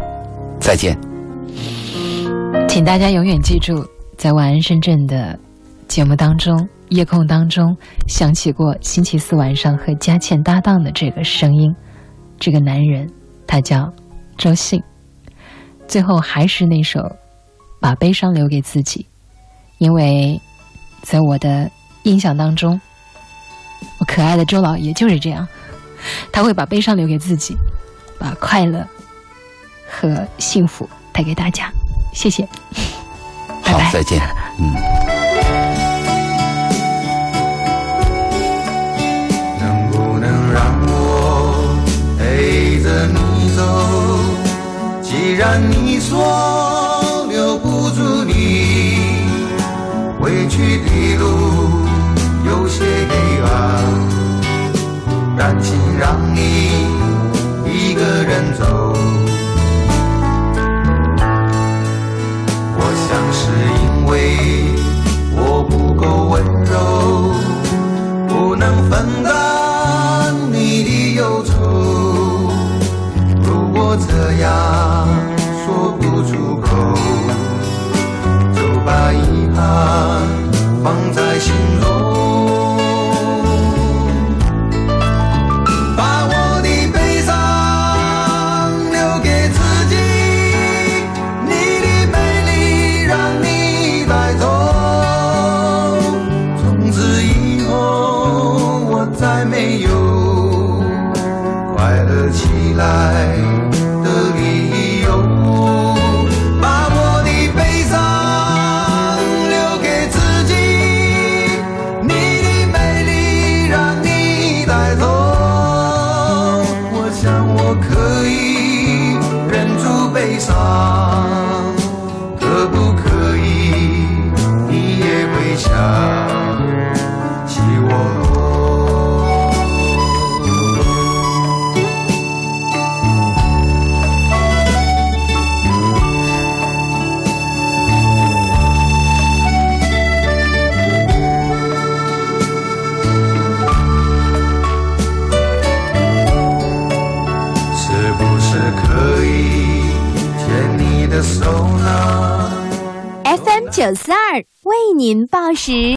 再见。请大家永远记住，在晚安深圳的节目当中，夜空当中响起过星期四晚上和佳倩搭档的这个声音，这个男人他叫周信。最后还是那首《把悲伤留给自己》，因为在我的印象当中，我可爱的周老爷就是这样，他会把悲伤留给自己，把快乐和幸福带给大家。谢谢。拜好拜，再见。嗯。能不能让我哎陪着你走？既然你说留不住你，回去的路有些黑暗，担心让你一个人走。我想是因为我不够温柔。不能分担你的忧愁。如果这样说不出口，就把遗憾放在心中，把我的悲伤留给自己，你的美丽让你带走。从此以后，我再没有快乐起来的理由。把我的悲伤留给自己，你的美丽让你带走。我想我可以忍住悲伤，可不可以你也会想起我？是不是可以牵你的手呢？ FM 九四二为您报时。